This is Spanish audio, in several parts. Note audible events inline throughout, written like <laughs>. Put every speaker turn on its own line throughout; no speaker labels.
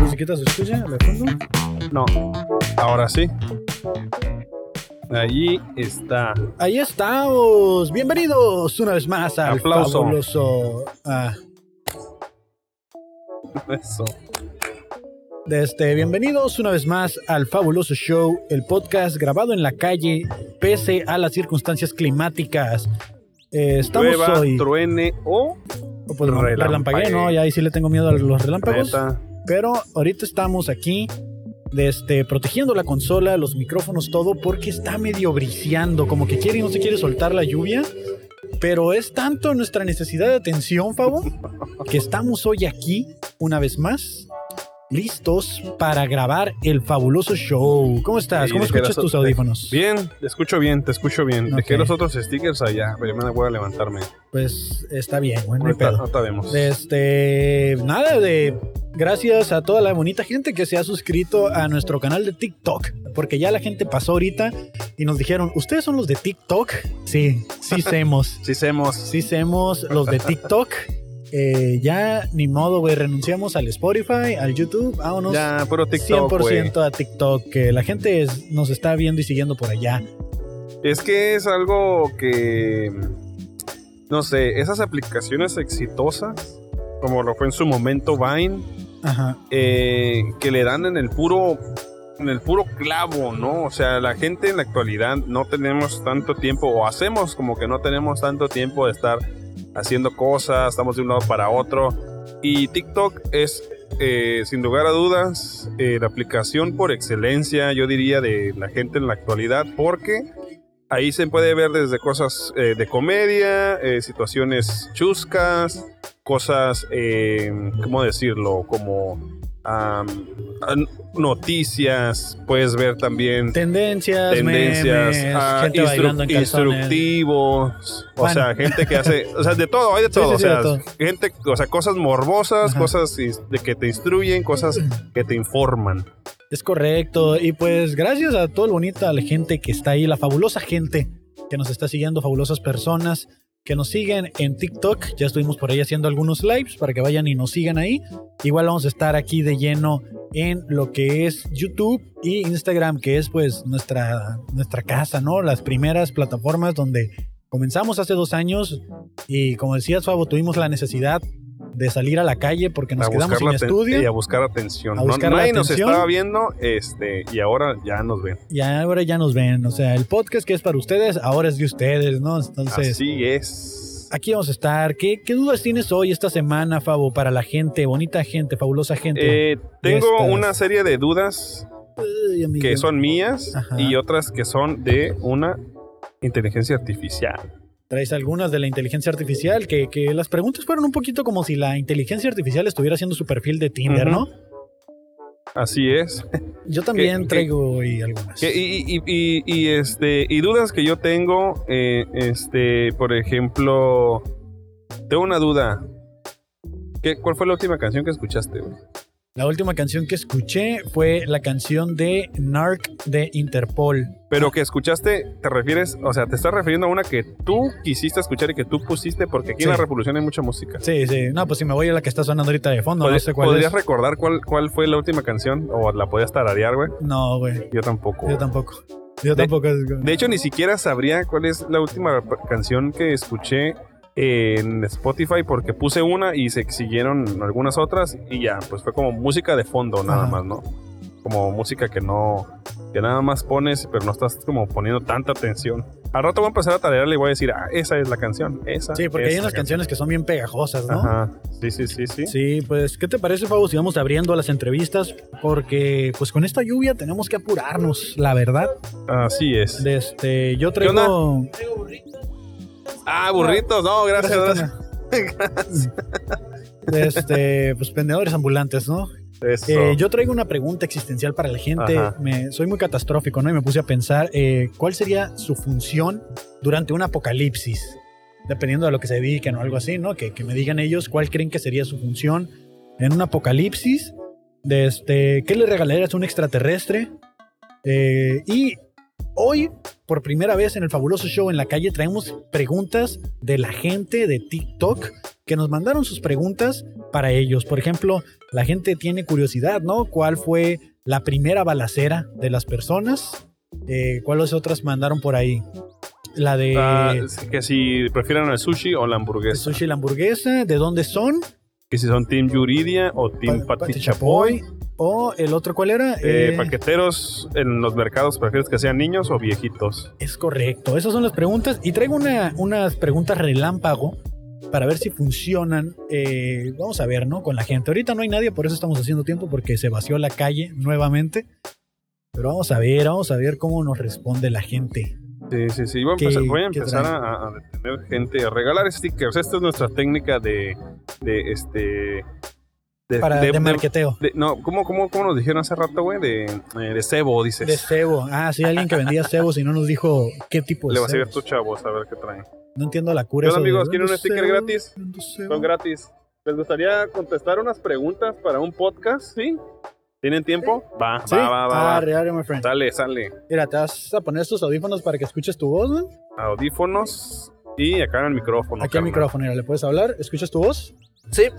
musiquita se escucha de fondo?
No. Ahora sí. Allí está.
Ahí estamos. Bienvenidos una vez más al
Aplauso.
fabuloso ah,
Eso.
de este bienvenidos una vez más al fabuloso show, el podcast grabado en la calle pese a las circunstancias climáticas. Eh, estamos
Llueva,
hoy
truene o
Oh, pues, no,
relampaguee.
relampaguee, no, ya ahí sí le tengo miedo a los relámpagos.
neta.
Pero ahorita estamos aquí este, protegiendo la consola, los micrófonos, todo, porque está medio briseando, como que quiere y no se quiere soltar la lluvia. Pero es tanto nuestra necesidad de atención, Fabo, que estamos hoy aquí, una vez más, listos para grabar el fabuloso show. ¿Cómo estás?
Sí, eh,
¿Cómo
dejé
escuchas
las-
tus audífonos?
Bien, te escucho bien, te escucho bien. Dejé
Ok.
los otros stickers allá, pero ya me voy a levantarme.
Pues está bien, bueno, no hay
Ahorita,
pedo.
ahorita vemos.
Este, nada de gracias a toda la bonita gente que se ha suscrito a nuestro canal de TikTok, porque ya la gente pasó ahorita y nos dijeron, "¿Ustedes son los de TikTok?" Sí,
<laughs>
sí somos.
Sí, hacemos.
sí somos los
<laughs>
de TikTok. Eh, ya ni modo, güey, renunciamos al Spotify, al YouTube, vámonos
Ya, puro TikTok.
100%
güey.
a TikTok, que la gente es- nos está viendo y siguiendo por allá.
Es que es algo que. No sé, esas aplicaciones exitosas, como lo fue en su momento Vine,
Ajá.
eh, que le dan en el puro en el puro clavo, ¿no? O sea, la gente en la actualidad no tenemos tanto tiempo o hacemos como que no tenemos tanto tiempo de estar haciendo cosas, estamos de un lado para otro y TikTok es eh, sin lugar a dudas eh, la aplicación por excelencia, yo diría, de la gente en la actualidad porque ahí se puede ver desde cosas eh, de comedia, eh, situaciones chuscas, cosas, eh, ¿cómo decirlo? Como am, an- noticias, puedes ver también
Tendencias,
tendencias,
memes,
ah,
gente
instru-
bailando en calzones.
instructivos, o
Fan.
sea, gente que hace, o sea, de todo, hay de todo,
sí,
o
sí, de
sea,
todo.
gente, o sea, cosas morbosas,
Ajá.
cosas ins- de que te instruyen,
<clears throat>
cosas que te informan.
Es correcto. Y pues gracias a todo el bonito, a la gente que está ahí, la fabulosa gente que nos está siguiendo, fabulosas personas que nos siguen en TikTok. Ya estuvimos por ahí haciendo algunos lives para que vayan y nos sigan ahí. Igual vamos a estar aquí de lleno en lo que es YouTube y Instagram, que es pues nuestra, nuestra casa, ¿no? Las primeras plataformas donde comenzamos hace dos años y como decías, Fabo, tuvimos la necesidad de salir a la calle porque nos
a buscar
quedamos sin
la aten-
estudio.
y a buscar atención.
A
No-
buscar la
nadie nos
atención.
estaba viendo, este, y ahora ya nos ven.
Y ahora ya nos ven, o sea, el podcast que es para ustedes, ahora es de ustedes, ¿no? Entonces,
Así es.
aquí vamos a estar. ¿Qué, qué dudas tienes hoy, esta semana, Fabo, para la gente, bonita gente, fabulosa gente?
Eh, tengo
Estas-
una serie de dudas
Ay, amigo.
que son mías
Ajá.
y otras que son de una inteligencia artificial.
Traes algunas de la inteligencia artificial, que, que las preguntas fueron un poquito como si la inteligencia artificial estuviera haciendo su perfil de Tinder,
Ujú.
¿no?
Así es.
Yo
¿Qué-
también
qué-
traigo hoy algunas.
Que- Y, y- y- y- y, este y dudas que yo tengo, eh, este, por ejemplo, tengo una duda. ¿Qué, ¿Cuál fue la última canción que escuchaste? güey?
La última canción que escuché fue la canción de Narc de Interpol.
Pero que escuchaste, te refieres, o sea, te estás refiriendo a una que tú quisiste escuchar y que tú pusiste, porque aquí en
Sí.
la Revolución hay mucha música.
Sí, sí. No, pues si me voy a la que está sonando ahorita de fondo, no
Podri-
sé cuál
¿Podrías
es.
recordar cuál, cuál fue la última canción? ¿O la podías tararear, güey?
No, güey.
Yo tampoco.
Yo tampoco. Yo
De-
tampoco.
De hecho, ni siquiera sabría cuál es la última p- canción que escuché eh, en Spotify porque puse una y se siguieron algunas otras y ya, pues fue como música de fondo nada
Ajá.
más, ¿no? Como música que no, que nada más pones, pero no estás como poniendo tanta atención. Al rato voy a empezar a tararearle y voy a decir, ah, esa es la canción, esa.
sí, porque
es
hay
la
unas
canción".
canciones que son bien pegajosas, ¿no?
Ajá, sí, sí, sí, sí.
Sí, pues, ¿qué te parece, Fabo, si vamos abriendo las entrevistas? Porque, pues, con esta lluvia tenemos que apurarnos, la verdad.
Así es.
De Este, yo
Pues, ¿Qué onda?
traigo...
Ah, burritos, no, gracias, gracias. <laughs>
De Este, pues, <laughs> vendedores ambulantes, ¿no?
Eso.
Eh, yo traigo una pregunta existencial para la gente.
Ajá.
Me- soy muy catastrófico, ¿no? Y me puse a pensar eh, cuál sería su función durante un apocalipsis, dependiendo de lo que se dediquen o algo así, ¿no? Que, que me digan ellos cuál creen que sería su función en un apocalipsis. De este, ¿Qué le regalarías a un extraterrestre? Eh, y hoy, por primera vez en el fabuloso show en la calle, traemos preguntas de la gente de TikTok que nos mandaron sus preguntas para ellos. Por ejemplo, la gente tiene curiosidad, ¿no? ¿Cuál fue la primera balacera de las personas? Eh, ¿Cuáles otras mandaron por ahí? La de
Ah, es que si prefieren el sushi o la
el
hamburguesa.
sushi y la hamburguesa, ¿de dónde son?
Que si son Team Yuridia o Team
Pa-
Pati
Pati
Chapoy.
¿O el otro cuál era?
Eh,
Eh,
paqueteros en los mercados, ¿prefieres que sean niños o viejitos?
Es correcto, esas son las preguntas. Y traigo una, unas preguntas relámpago para ver si funcionan. Eh, vamos a ver, ¿no? Con la gente. Ahorita no hay nadie, por eso estamos haciendo tiempo, porque se vació la calle nuevamente. Pero vamos a ver, vamos a ver cómo nos responde la gente.
Sí, sí, sí. Voy a
¿Qué-
empezar, voy a,
qué
empezar
traen?
a, a detener gente, a regalar stickers. Esta es nuestra técnica de, de este. De,
Para,
de-
de,
de-
marqueteo.
de- no, ¿cómo, cómo, cómo nos dijeron hace rato, güey? De, eh, de cebo, dices.
De cebo. Ah, sí, alguien que vendía cebos y no nos dijo qué tipo
Le
de
vas a ir a
cebo.
estos chavos a ver qué traen.
No entiendo la
¿Qué
cura.
onda,
eso de,
amigos? ¿Quieren
"Vendo
un sticker
cebo,
gratis?
vendo cebo".
Son gratis. ¿Les gustaría contestar unas preguntas para un podcast? ¿Sí? ¿Tienen tiempo? Va,
Sí,
va, va, va. va.
arre, arre, my friend.
Sale, sale.
Mira, te vas a poner estos audífonos para que escuches tu voz, güey.
Audífonos y acá en el micrófono.
Aquí al
carnal.
micrófono, mira, le puedes hablar, escuchas tu voz.
Eso.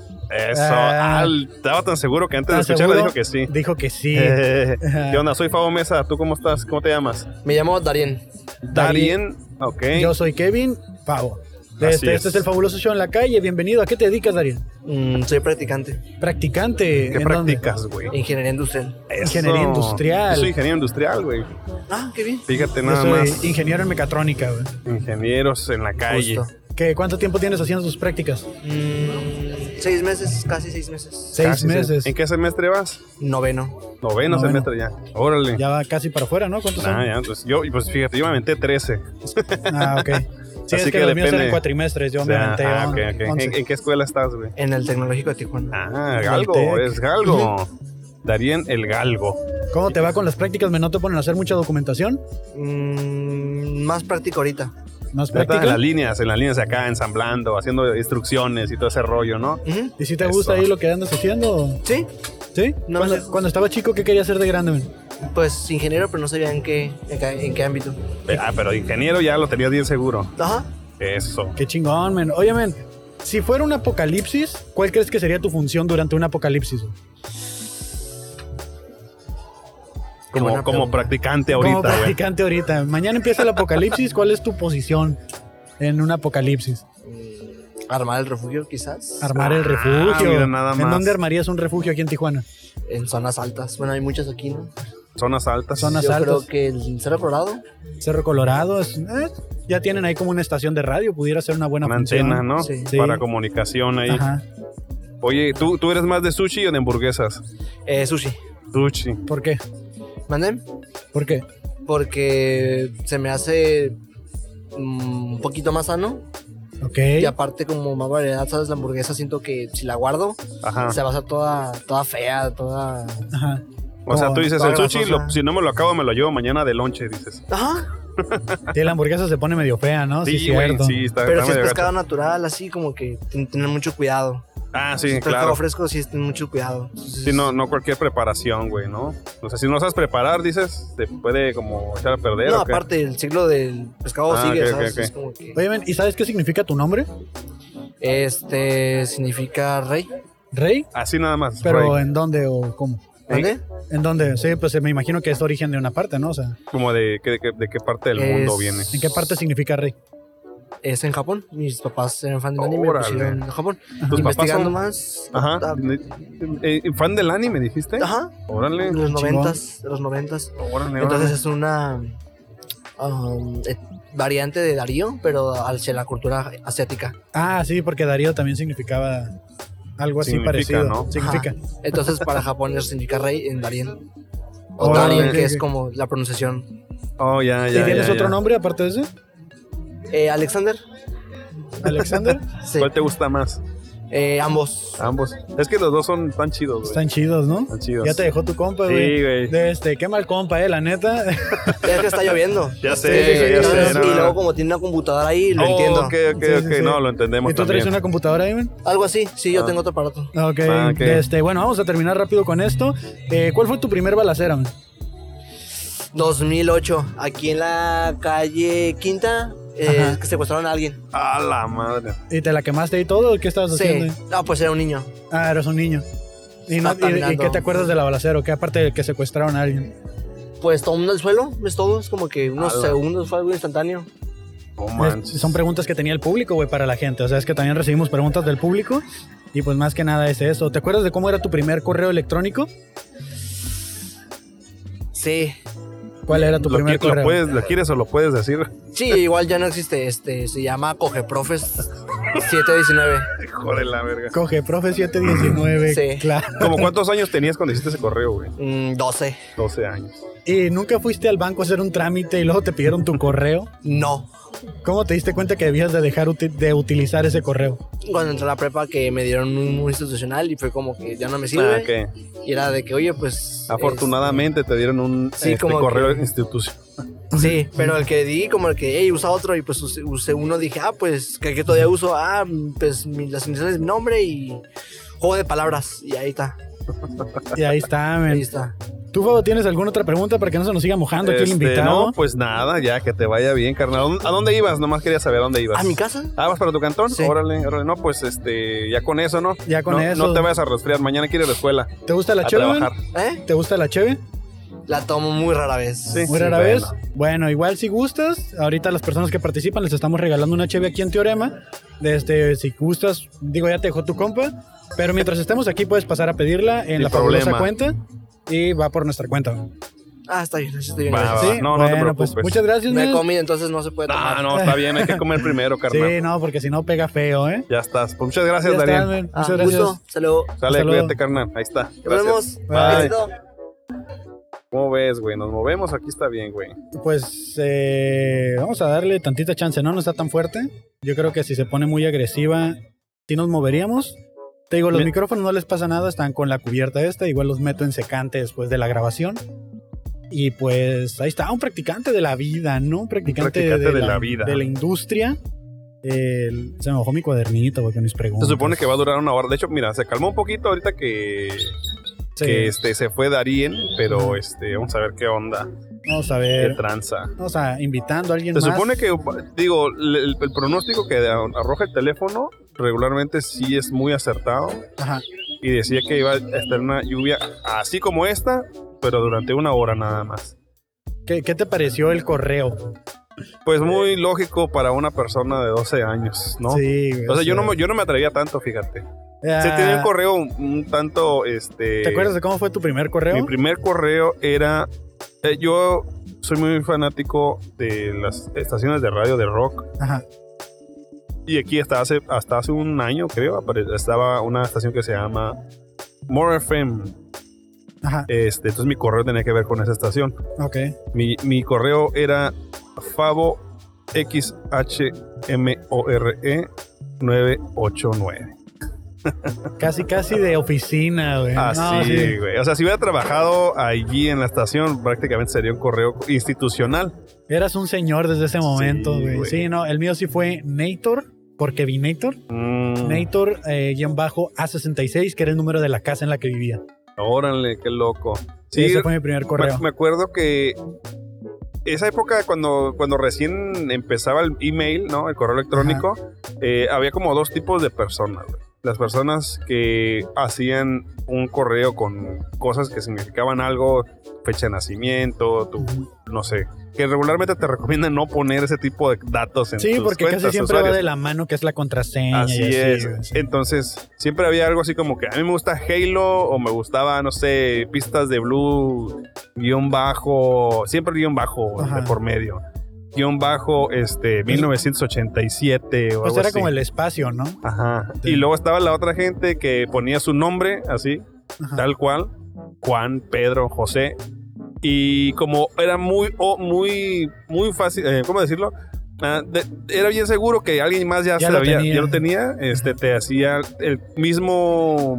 Ah.
al- estaba tan seguro que antes de
¿Tan
escucharla dijo
seguro?
que sí.
Dijo que sí.
Eh, <laughs>
Ajá.
¿Qué onda? Soy Fabo Mesa. ¿Tú cómo estás? ¿Cómo te llamas?
Me llamo Darien.
Darien. Ok.
Yo soy Kevin Pavo.
Así
Este,
es.
este es el fabuloso show en la calle. Bienvenido. ¿A qué te dedicas, Darío?
Mm, soy practicante,
Practicante.
¿Qué
¿En dónde?
practicas, güey?
ingeniería industrial.
Eso.
Ingeniería industrial.
Yo soy ingeniero industrial, güey.
Ah, qué bien.
Fíjate
Yo
nada
soy
más.
ingeniero en mecatrónica. güey.
Ingenieros en la calle.
Justo.
¿Qué, ¿Cuánto tiempo tienes haciendo tus prácticas?
Mm, seis meses, casi seis meses.
Seis
Casi se-
meses.
¿En qué semestre vas?
Noveno.
Noveno,
Noveno.
semestre ya. Órale.
Ya va casi para afuera, ¿no? ¿Cuántos
Nah,
son?
ya, entonces, yo, y pues fíjate, yo me aventé 13.
Ah, ok. Sí,
Así
es que,
que
los míos
depende.
eran cuatrimestres. Yo
O
me
sea,
aventé
ah,
on-
ok, ok. ¿En-
11.
¿En, qué escuela estás, güey?
En el Tecnológico de Tijuana.
Ah,
En el
Galgo,
Tec.
es Galgo. Darien el Galgo.
¿Cómo te va con las prácticas? ¿Me no te ponen a hacer mucha documentación?
Mm, más práctico ahorita.
¿Más
Ya estás en
prácticas?
las líneas, en las líneas acá, ensamblando, haciendo instrucciones y todo ese rollo, ¿no?
Ujú.
¿Y si te gusta
Eso.
ahí lo que andas haciendo?
Sí,
¿Sí?
No,
cuando,
no sé.
cuando estaba chico, ¿qué quería hacer de grande? men?
pues ingeniero, pero no sabía en qué, en qué, en qué ámbito.
Pe- Ah, pero de ingeniero ya lo tenías bien seguro.
Ajá.
Eso.
Qué chingón, men. Oye, men, si fuera un apocalipsis, ¿cuál crees que sería tu función durante un apocalipsis? güey?
Qué
Como,
buena
como
pregunta.
practicante
Como
ahorita, güey.
practicante ahorita. Mañana empieza el apocalipsis, ¿cuál es tu posición en un apocalipsis?
Mm, armar el refugio, quizás.
Armar el
Ah,
refugio.
mira nada
¿En
más.
dónde armarías un refugio aquí en Tijuana?
en zonas altas. Bueno, hay muchas aquí, ¿no?
Zonas altas.
Zonas-
Yo
altas.
creo que el Cerro Colorado.
Cerro Colorado, es- eh, ya tienen ahí como una estación de radio, pudiera ser una buena
Una
función.
antena, ¿no?
Sí.
Sí.
Para comunicación ahí.
Ajá.
Oye, ¿tú, ¿tú eres más de sushi o de hamburguesas?
Eh, sushi.
Sushi.
¿Por qué?
¿Mandé?
¿Por qué?
Porque se me hace mm, un poquito más sano
Ok.
Y aparte, como más variedad, ¿sabes? La hamburguesa siento que si la guardo,
Ajá.
se va a hacer toda, toda fea, toda.
Ajá.
O sea, tú dices,
toda
el sushi,
grasosa.
lo- si no me lo acabo, me lo llevo mañana de lonche, dices.
Ajá.
<laughs> Sí, la hamburguesa se pone medio fea, ¿no?
Sí, güey, sí, está,
Pero
está
si es
medio
pescado natural, así como que ten- tener mucho cuidado.
gacho. Ah,
si
sí,
es pescado
claro.
fresco, sí, ten mucho cuidado.
Sí, no, no cualquier preparación, güey, ¿no? O sea, si no sabes preparar, dices, te puede como echar a perder.
No,
¿o qué?
aparte, el ciclo del pescado
Ah,
Oh, sigue,
ok,
¿sabes?
ok, ok.
Es como que.
Oye, men, ¿y sabes qué significa tu nombre?
Este significa rey.
¿Rey?
Así nada más.
¿Pero
Ray.
en dónde o cómo?
¿Vale?
¿En dónde? Sí, pues me imagino que es origen de una parte, ¿no? O sea,
Como de, que- de, que- de qué parte del
Es-
mundo viene.
¿en qué parte significa rey?
Es en Japón. Mis papás eran fan del anime, me
Órale.
pusieron en Japón.
Tus papás
Investigando
son.
más.
Ajá.
ah,
eh, eh, fan del anime, dijiste.
Ajá.
Órale.
De los
Chingón.
noventas. De los noventas.
Órale,
Entonces
órale.
es una um, eh, variante de Darío, pero hacia la cultura asiática.
Ah, sí, porque Darío también significaba algo así
Significa,
parecido.
¿no?
Significa.
Entonces
<laughs>
para Japón eso significa rey en Darien. O
Órale.
Darien, que es como la pronunciación.
Oh, ya,
¿Y
ya.
tienes
ya,
otro
ya.
nombre aparte de ese?
Eh, Alexander,
Alexander.
sí.
¿Cuál te gusta más?
Eh, ambos.
Ambos. Es que los dos son tan chidos, güey.
Están chidos, ¿no?
Están chidos.
Ya te dejó tu compa, güey.
Sí, güey.
De este, qué mal compa, eh, la neta.
Es que está lloviendo.
Ya sé,
Sí, sí, sí,
ya
entonces,
sé. no,
y
no,
luego
no.
como tiene una computadora ahí, lo
Oh,
entiendo.
Ok, ok,
Sí, sí,
ok.
sí.
No, lo entendemos
¿Y tú traes
también.
una computadora, Ivan?
Algo así, sí, yo
Ah.
tengo otro aparato.
Ok.
Ah, ok.
de Este, bueno, vamos a terminar rápido con esto. Eh, ¿Cuál fue tu primer balacera? man?
2008, aquí en la calle Quinta, eh,
Ajá.
que secuestraron a alguien.
A la madre.
¿Y te la quemaste y todo? ¿Qué estabas
Sí.
haciendo?
No, pues era un niño.
Ah, eras un niño. ¿Y, no-
Ah,
y- y,
caminando.
qué te acuerdas del abalacero? ¿Qué aparte de que secuestraron a alguien?
Pues todo mundo al suelo, es todo, es como que unos
Ala.
segundos, fue algo instantáneo.
No
Es-
manches.
son preguntas que tenía el público, güey, para la gente. O sea, es que también recibimos preguntas del público. Y pues más que nada es eso. ¿Te acuerdas de cómo era tu primer correo electrónico?
Sí,
¿Cuál era tu
¿Lo,
primer
qui- lo
correo?
puedes, ¿Lo quieres o lo puedes decir? <laughs>
sí, igual ya no existe, este, se llama
<laughs>
Cogeprofes 719.
Hijo de la verga.
Coge, profe 719.
Sí.
Claro.
¿Cómo cuántos años tenías cuando hiciste ese correo, güey?
Mm, 12.
12 años.
¿Y nunca fuiste al banco a hacer un trámite y luego te pidieron tu correo?
No.
¿Cómo te diste cuenta que debías de dejar uti- de utilizar ese correo?
Cuando entré a la prepa que me dieron un, un institucional y fue como que ya no me sirve.
Ah, ok.
Y era de que, oye, pues...
Afortunadamente te dieron un
Sí,
este,
como
correo
que-
institucional.
este, sí, pero el que di, como el que, hey, usa otro. Y pues us- usé uno, dije, ah, pues, que, que todavía uso, ah, pues, mi- las iniciales de mi nombre y juego de palabras. Y ahí está,
Y ahí está, men.
ahí está.
¿Tú, Fabo, tienes alguna otra pregunta para que no se nos siga mojando aquí el
Este,
invitado?
no, pues nada, ya que te vaya bien, carnal. ¿A dónde- ¿A dónde ibas? Nomás quería saber a dónde ibas.
¿A mi casa?
Ah, vas para tu cantón.
Sí.
Órale, órale. No, pues este, ya con eso, ¿no?
Ya con
no,
eso.
No te vayas a resfriar. Mañana quieres la escuela.
¿Te gusta la
a
cheve? men?
trabajar.
¿Eh?
¿Te gusta la cheve?
La tomo muy rara vez.
Sí.
Muy rara vez.
bueno.
Bueno, igual si gustas, ahorita a las personas que participan les estamos regalando una cheve aquí en Teorema. Este, si gustas, digo, ya te dejó tu compa. Pero mientras estemos aquí puedes pasar a pedirla en
Sin
la fabulosa
problema.
cuenta. Y va por nuestra cuenta.
Ah, está bien, está bien.
Va,
gracias.
va.
Sí,
no, no te
bueno, pues,
preocupes.
muchas gracias,
No he
men.
comido, entonces no se puede tomar.
Ah, no, está bien. Hay que comer primero, carnal.
<laughs> Sí, no, porque si no pega feo, ¿eh?
Ya estás. Pues muchas gracias,
Ya está,
Daniel.
men.
Ah,
Muchas gracias.
gusto, hasta luego.
Sale,
Hasta luego.
cuídate, carnal. Ahí está.
Nos
Gracias.
vemos.
Bye.
Éxito.
¿Cómo ves, güey? Nos movemos. Aquí está bien, güey.
Pues eh, vamos a darle tantita chance, ¿no? No está tan fuerte. Yo creo que si se pone muy agresiva, sí nos moveríamos. Te digo, los
Mi-
micrófonos no les pasa nada, están con la cubierta esta, igual los meto en secante después de la grabación. Y pues ahí está, un practicante de la vida, ¿no? Un practicante,
practicante de la vida.
De la industria. El- se me mojó mi cuadernito, güey, con mis
Se
preguntas.
supone que va a durar una hora. De hecho, mira, se calmó un poquito ahorita que,
Sí,
que este, se fue Darien, pero este, vamos a ver qué onda,
Vamos a
qué
ver.
tranza.
Vamos a invitando a alguien
Se
más.
supone que, digo, el, el pronóstico que arroja el teléfono regularmente sí es muy acertado
Ajá.
y decía que iba a estar una lluvia así como esta, pero durante una hora nada más.
¿Qué, ¿Qué te pareció el correo?
Pues muy lógico para una persona de 12 años, ¿no?
Sí. güey,
O sea,
o
yo no,
sea,
me- yo no me atrevía tanto, fíjate. Se
ah,
tenía un correo un, un tanto, este...
¿Te acuerdas de cómo fue tu primer correo?
Mi primer correo era. eh, yo soy muy fanático de las estaciones de radio de rock.
Ajá.
Y aquí hasta hace, hasta hace un año, creo, apare- estaba una estación que se llama More FM.
Ajá.
Este, entonces mi correo tenía que ver con esa estación.
Ok.
Mi, mi correo era Favo XHMORE 989.
Casi, casi de oficina, güey.
Así,
No, sí.
Ah, güey. O sea, si hubiera trabajado allí en la estación, prácticamente sería un correo institucional.
Eras un señor desde ese momento,
Sí,
güey.
güey.
Sí, no, el mío sí fue Nator, porque vi Nator.
Mm.
Nator, eh, guión bajo A66, que era el número de la casa en la que vivía.
Órale, qué loco. Sí,
Sí, ese fue mi primer
me,
correo.
me acuerdo que esa época cuando, cuando recién empezaba el email, ¿no? El correo electrónico, eh, había como dos tipos de personas, güey. Las personas que hacían un correo con cosas que significaban algo, fecha de nacimiento, tu, no sé, que regularmente te recomiendan no poner ese tipo de datos en
Sí,
tus
porque
cuentas,
casi siempre
usuarios.
va de la mano, que es la contraseña.
Así
y así, güey,
es.
sí.
Entonces, siempre había algo así como que a mí me gusta Halo o me gustaba, no sé, pistas de blue, guión bajo, siempre guión bajo
Ajá.
de por medio. Guión bajo, este, 1987 o
Pues
algo
era
así.
como el espacio, ¿no?
Ajá.
Sí.
Y luego estaba la otra gente que ponía su nombre así,
Ajá.
tal cual, Juan, Pedro, José. Y como era muy, o- muy, muy fácil, eh, ¿cómo decirlo? Ah, de- era bien seguro que alguien más ya,
Ya
se
lo
había-
tenía.
ya lo tenía. Este, te hacía el mismo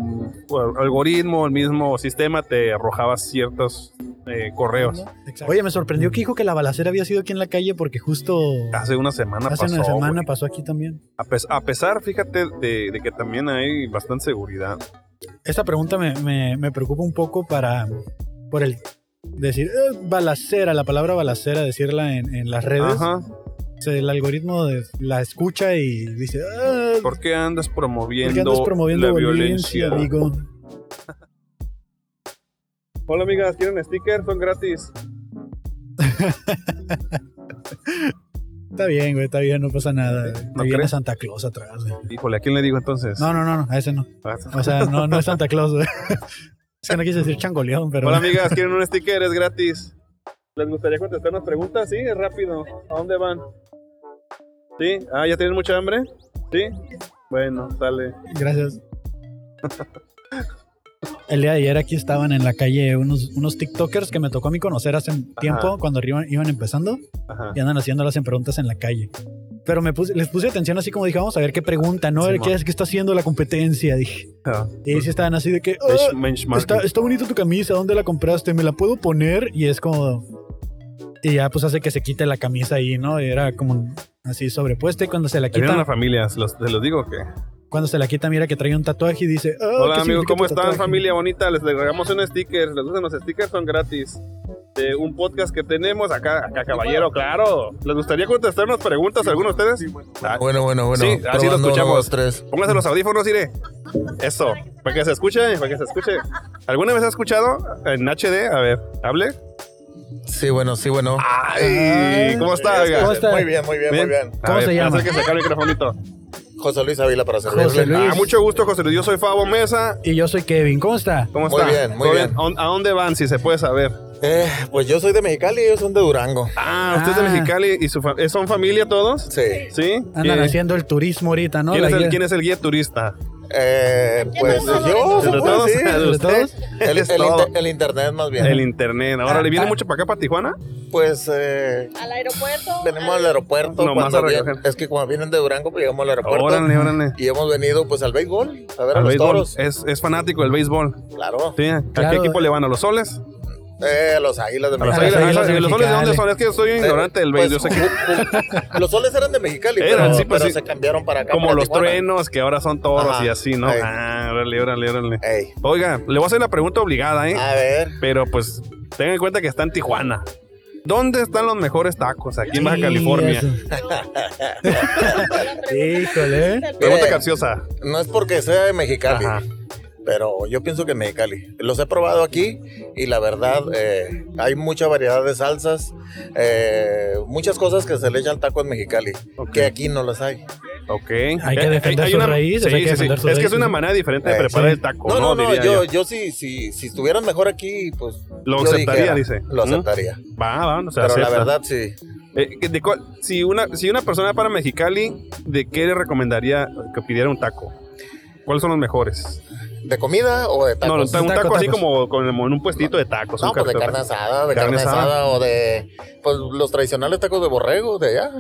mm, algoritmo, el mismo sistema, te arrojaba ciertos eh, correos.
Exacto. Oye, me sorprendió
Mm.
que dijo que la balacera había sido aquí en la calle porque justo
Hace una semana
hace
pasó.
una semana
güey.
pasó aquí también.
A, pes- a pesar, fíjate, de, de que también hay bastante seguridad.
Esta pregunta me, me- me preocupa un poco para por el decir eh, balacera, la palabra balacera, decirla en, en las redes.
Ajá.
se- el algoritmo de- la escucha y dice, "Ah,
¿Por qué andas
¿por qué
promoviendo,
andas promoviendo
la
violencia,
violencia?
amigo?
<laughs> Hola amigas, ¿quieren stickers? Son gratis.
Está bien, güey, está bien, no pasa nada. Te
¿No
viene
crees?
Santa Claus atrás, güey.
Híjole, ¿a quién le digo entonces? Ah,
No, no, no, no, a ese no. O sea,
<laughs>
no, no es Santa Claus, güey. <laughs> Es que no quise decir changoleón, pero.
Hola amigas, ¿quieren un sticker? Es gratis. ¿Les gustaría contestar unas preguntas? Sí, es rápido. ¿A dónde van? ¿Sí? Ah, ¿ya tienen mucha hambre? ¿Sí? Bueno, sale.
<laughs> Gracias. El día de ayer aquí estaban en la calle unos, unos TikTokers que me tocó a mí conocer hace tiempo cuando iban, iban empezando
Ajá.
y andan haciéndolas en preguntas en la calle. Pero me puse, les puse atención así como dije, vamos a ver qué pregunta, ¿no?
Simón.
¿Qué es que está haciendo la competencia? Dije. Y ahí sí estaban así de que, "Ah,
Bench- Ah, pues, benchmarking.
está, está bonito tu camisa, ¿dónde la compraste? ¿Me la puedo poner? Y es como... Y ya pues hace que se quite la camisa ahí, ¿no? Y era como así sobrepuesta y cuando se la
Vienen
quita,
las familias, los, te los digo que.
cuando se la quita mira que trae un tatuaje y dice... "Ah,
Hola amigos,
¿qué significa tu
¿cómo están
tatuaje?"
familia bonita? Les regalamos un sticker, les gustan los stickers, son gratis. De un podcast que tenemos acá, acá caballero, claro. ¿Les gustaría contestarnos preguntas a alguno de ustedes? Ah,
Bueno, bueno, bueno.
Sí, así lo
Probando, uno,
escuchamos.
dos, tres.
Pónganse los audífonos, Ire. Eso, para que se escuche, para que se escuche. ¿Alguna vez has escuchado en HD? A ver, hable.
Sí, bueno, sí, bueno.
Ay, Ah, ¿cómo está? oiga?
¿Cómo está?
Muy bien, muy bien, muy bien.
A
¿Cómo se llama?
acérquese <laughs> acá al microfonito.
José Luis Ávila para servirle.
José Luis.
Ah, mucho gusto, José Luis. Yo soy Fabo Mesa.
Y yo soy Kevin, ¿cómo está?
¿Cómo
Muy
está?
bien, muy
¿Todo
bien.
¿A dónde- ¿A dónde van, si se puede saber?
Eh, pues yo soy de Mexicali y ellos son de Durango.
Ah, usted es de
Ah.
Mexicali y su fa- eh, son familia todos.
Sí.
¿Sí?
Andan
¿Quién-
haciendo el turismo ahorita, ¿no?
¿Quién
La
es, el,
guía.
quién es el guía turista?
Eh, pues
Entre
yo,
todos.
se
<laughs> ¿Entre
puede
todos?
decir.
¿De
Usted.
todos?
El,
Es
el
todo.
inter- el internet más bien.
El internet. Ahora, ¿le viene
Ah.
mucho para acá, para Tijuana?
pues eh,
Al aeropuerto.
venimos al aeropuerto.
Nomás
cuando
a
vien-
recoger.
es que cuando vienen de Durango, pues llegamos al aeropuerto.
Órale, órale.
Y hemos venido pues al béisbol, a ver a
Al
los
béisbol.
toros.
Es, es fanático del béisbol.
Claro.
Sí. ¿A qué
Claro.
equipo le van? ¿A los soles?
Eh, los águilas de
¿A los,
Mexicali.
las
águilas?
Águilas
Ah,
de
¿y los soles de dónde
Mexicali.
son? Es que yo soy ignorante del
Pues,
béisbol. Yo sé que-
los soles eran de Mexicali,
Eran,
pero,
sí, pues,
pero
sí.
se cambiaron para acá.
como
para
los
Tijuana.
truenos, que ahora son toros
Ajá.
y así, ¿no?
Ey.
Ah, órale, órale, órale.
Ey,
Oiga, le voy a hacer la pregunta obligada, ¿eh?
a ver.
Pero pues, tengan en cuenta que está en Tijuana. ¿Dónde están los mejores tacos? Aquí en Baja
Sí,
California.
eso.
<laughs>
Híjole.
Pregunta
Mire,
capciosa.
No es porque sea de Mexicali,
Ajá.
pero yo pienso que en Mexicali. Los he probado aquí y la verdad eh, hay mucha variedad de salsas, eh, muchas cosas que se le echan al taco en Mexicali,
Ok.
que aquí no las hay.
Ok. Eh,
Hay que defender sus raíces, hay que defender sus
Es que es
raíces.
una manera diferente de
Eh,
preparar
sí.
el taco,
No, no, no,
Diría
yo, yo sí, sí, si estuvieran mejor aquí, pues...
Lo
yo
aceptaría, dice.
Lo
¿Mm?
aceptaría.
Va, va, o sea,
pero la
acepta.
verdad sí.
Eh, ¿de cuál- si, una, si una persona para Mexicali, ¿de qué le recomendaría que pidiera un taco? ¿Cuáles son los mejores?
¿De comida o de
No, un
tacos?
ta- un
Taco,
taco, así
tacos.
como, como en un puestito de tacos.
No,
un
pues de
carrito
carne asada, de
Carne
carne,
asada.
asada. o de pues, los tradicionales tacos de borrego de allá.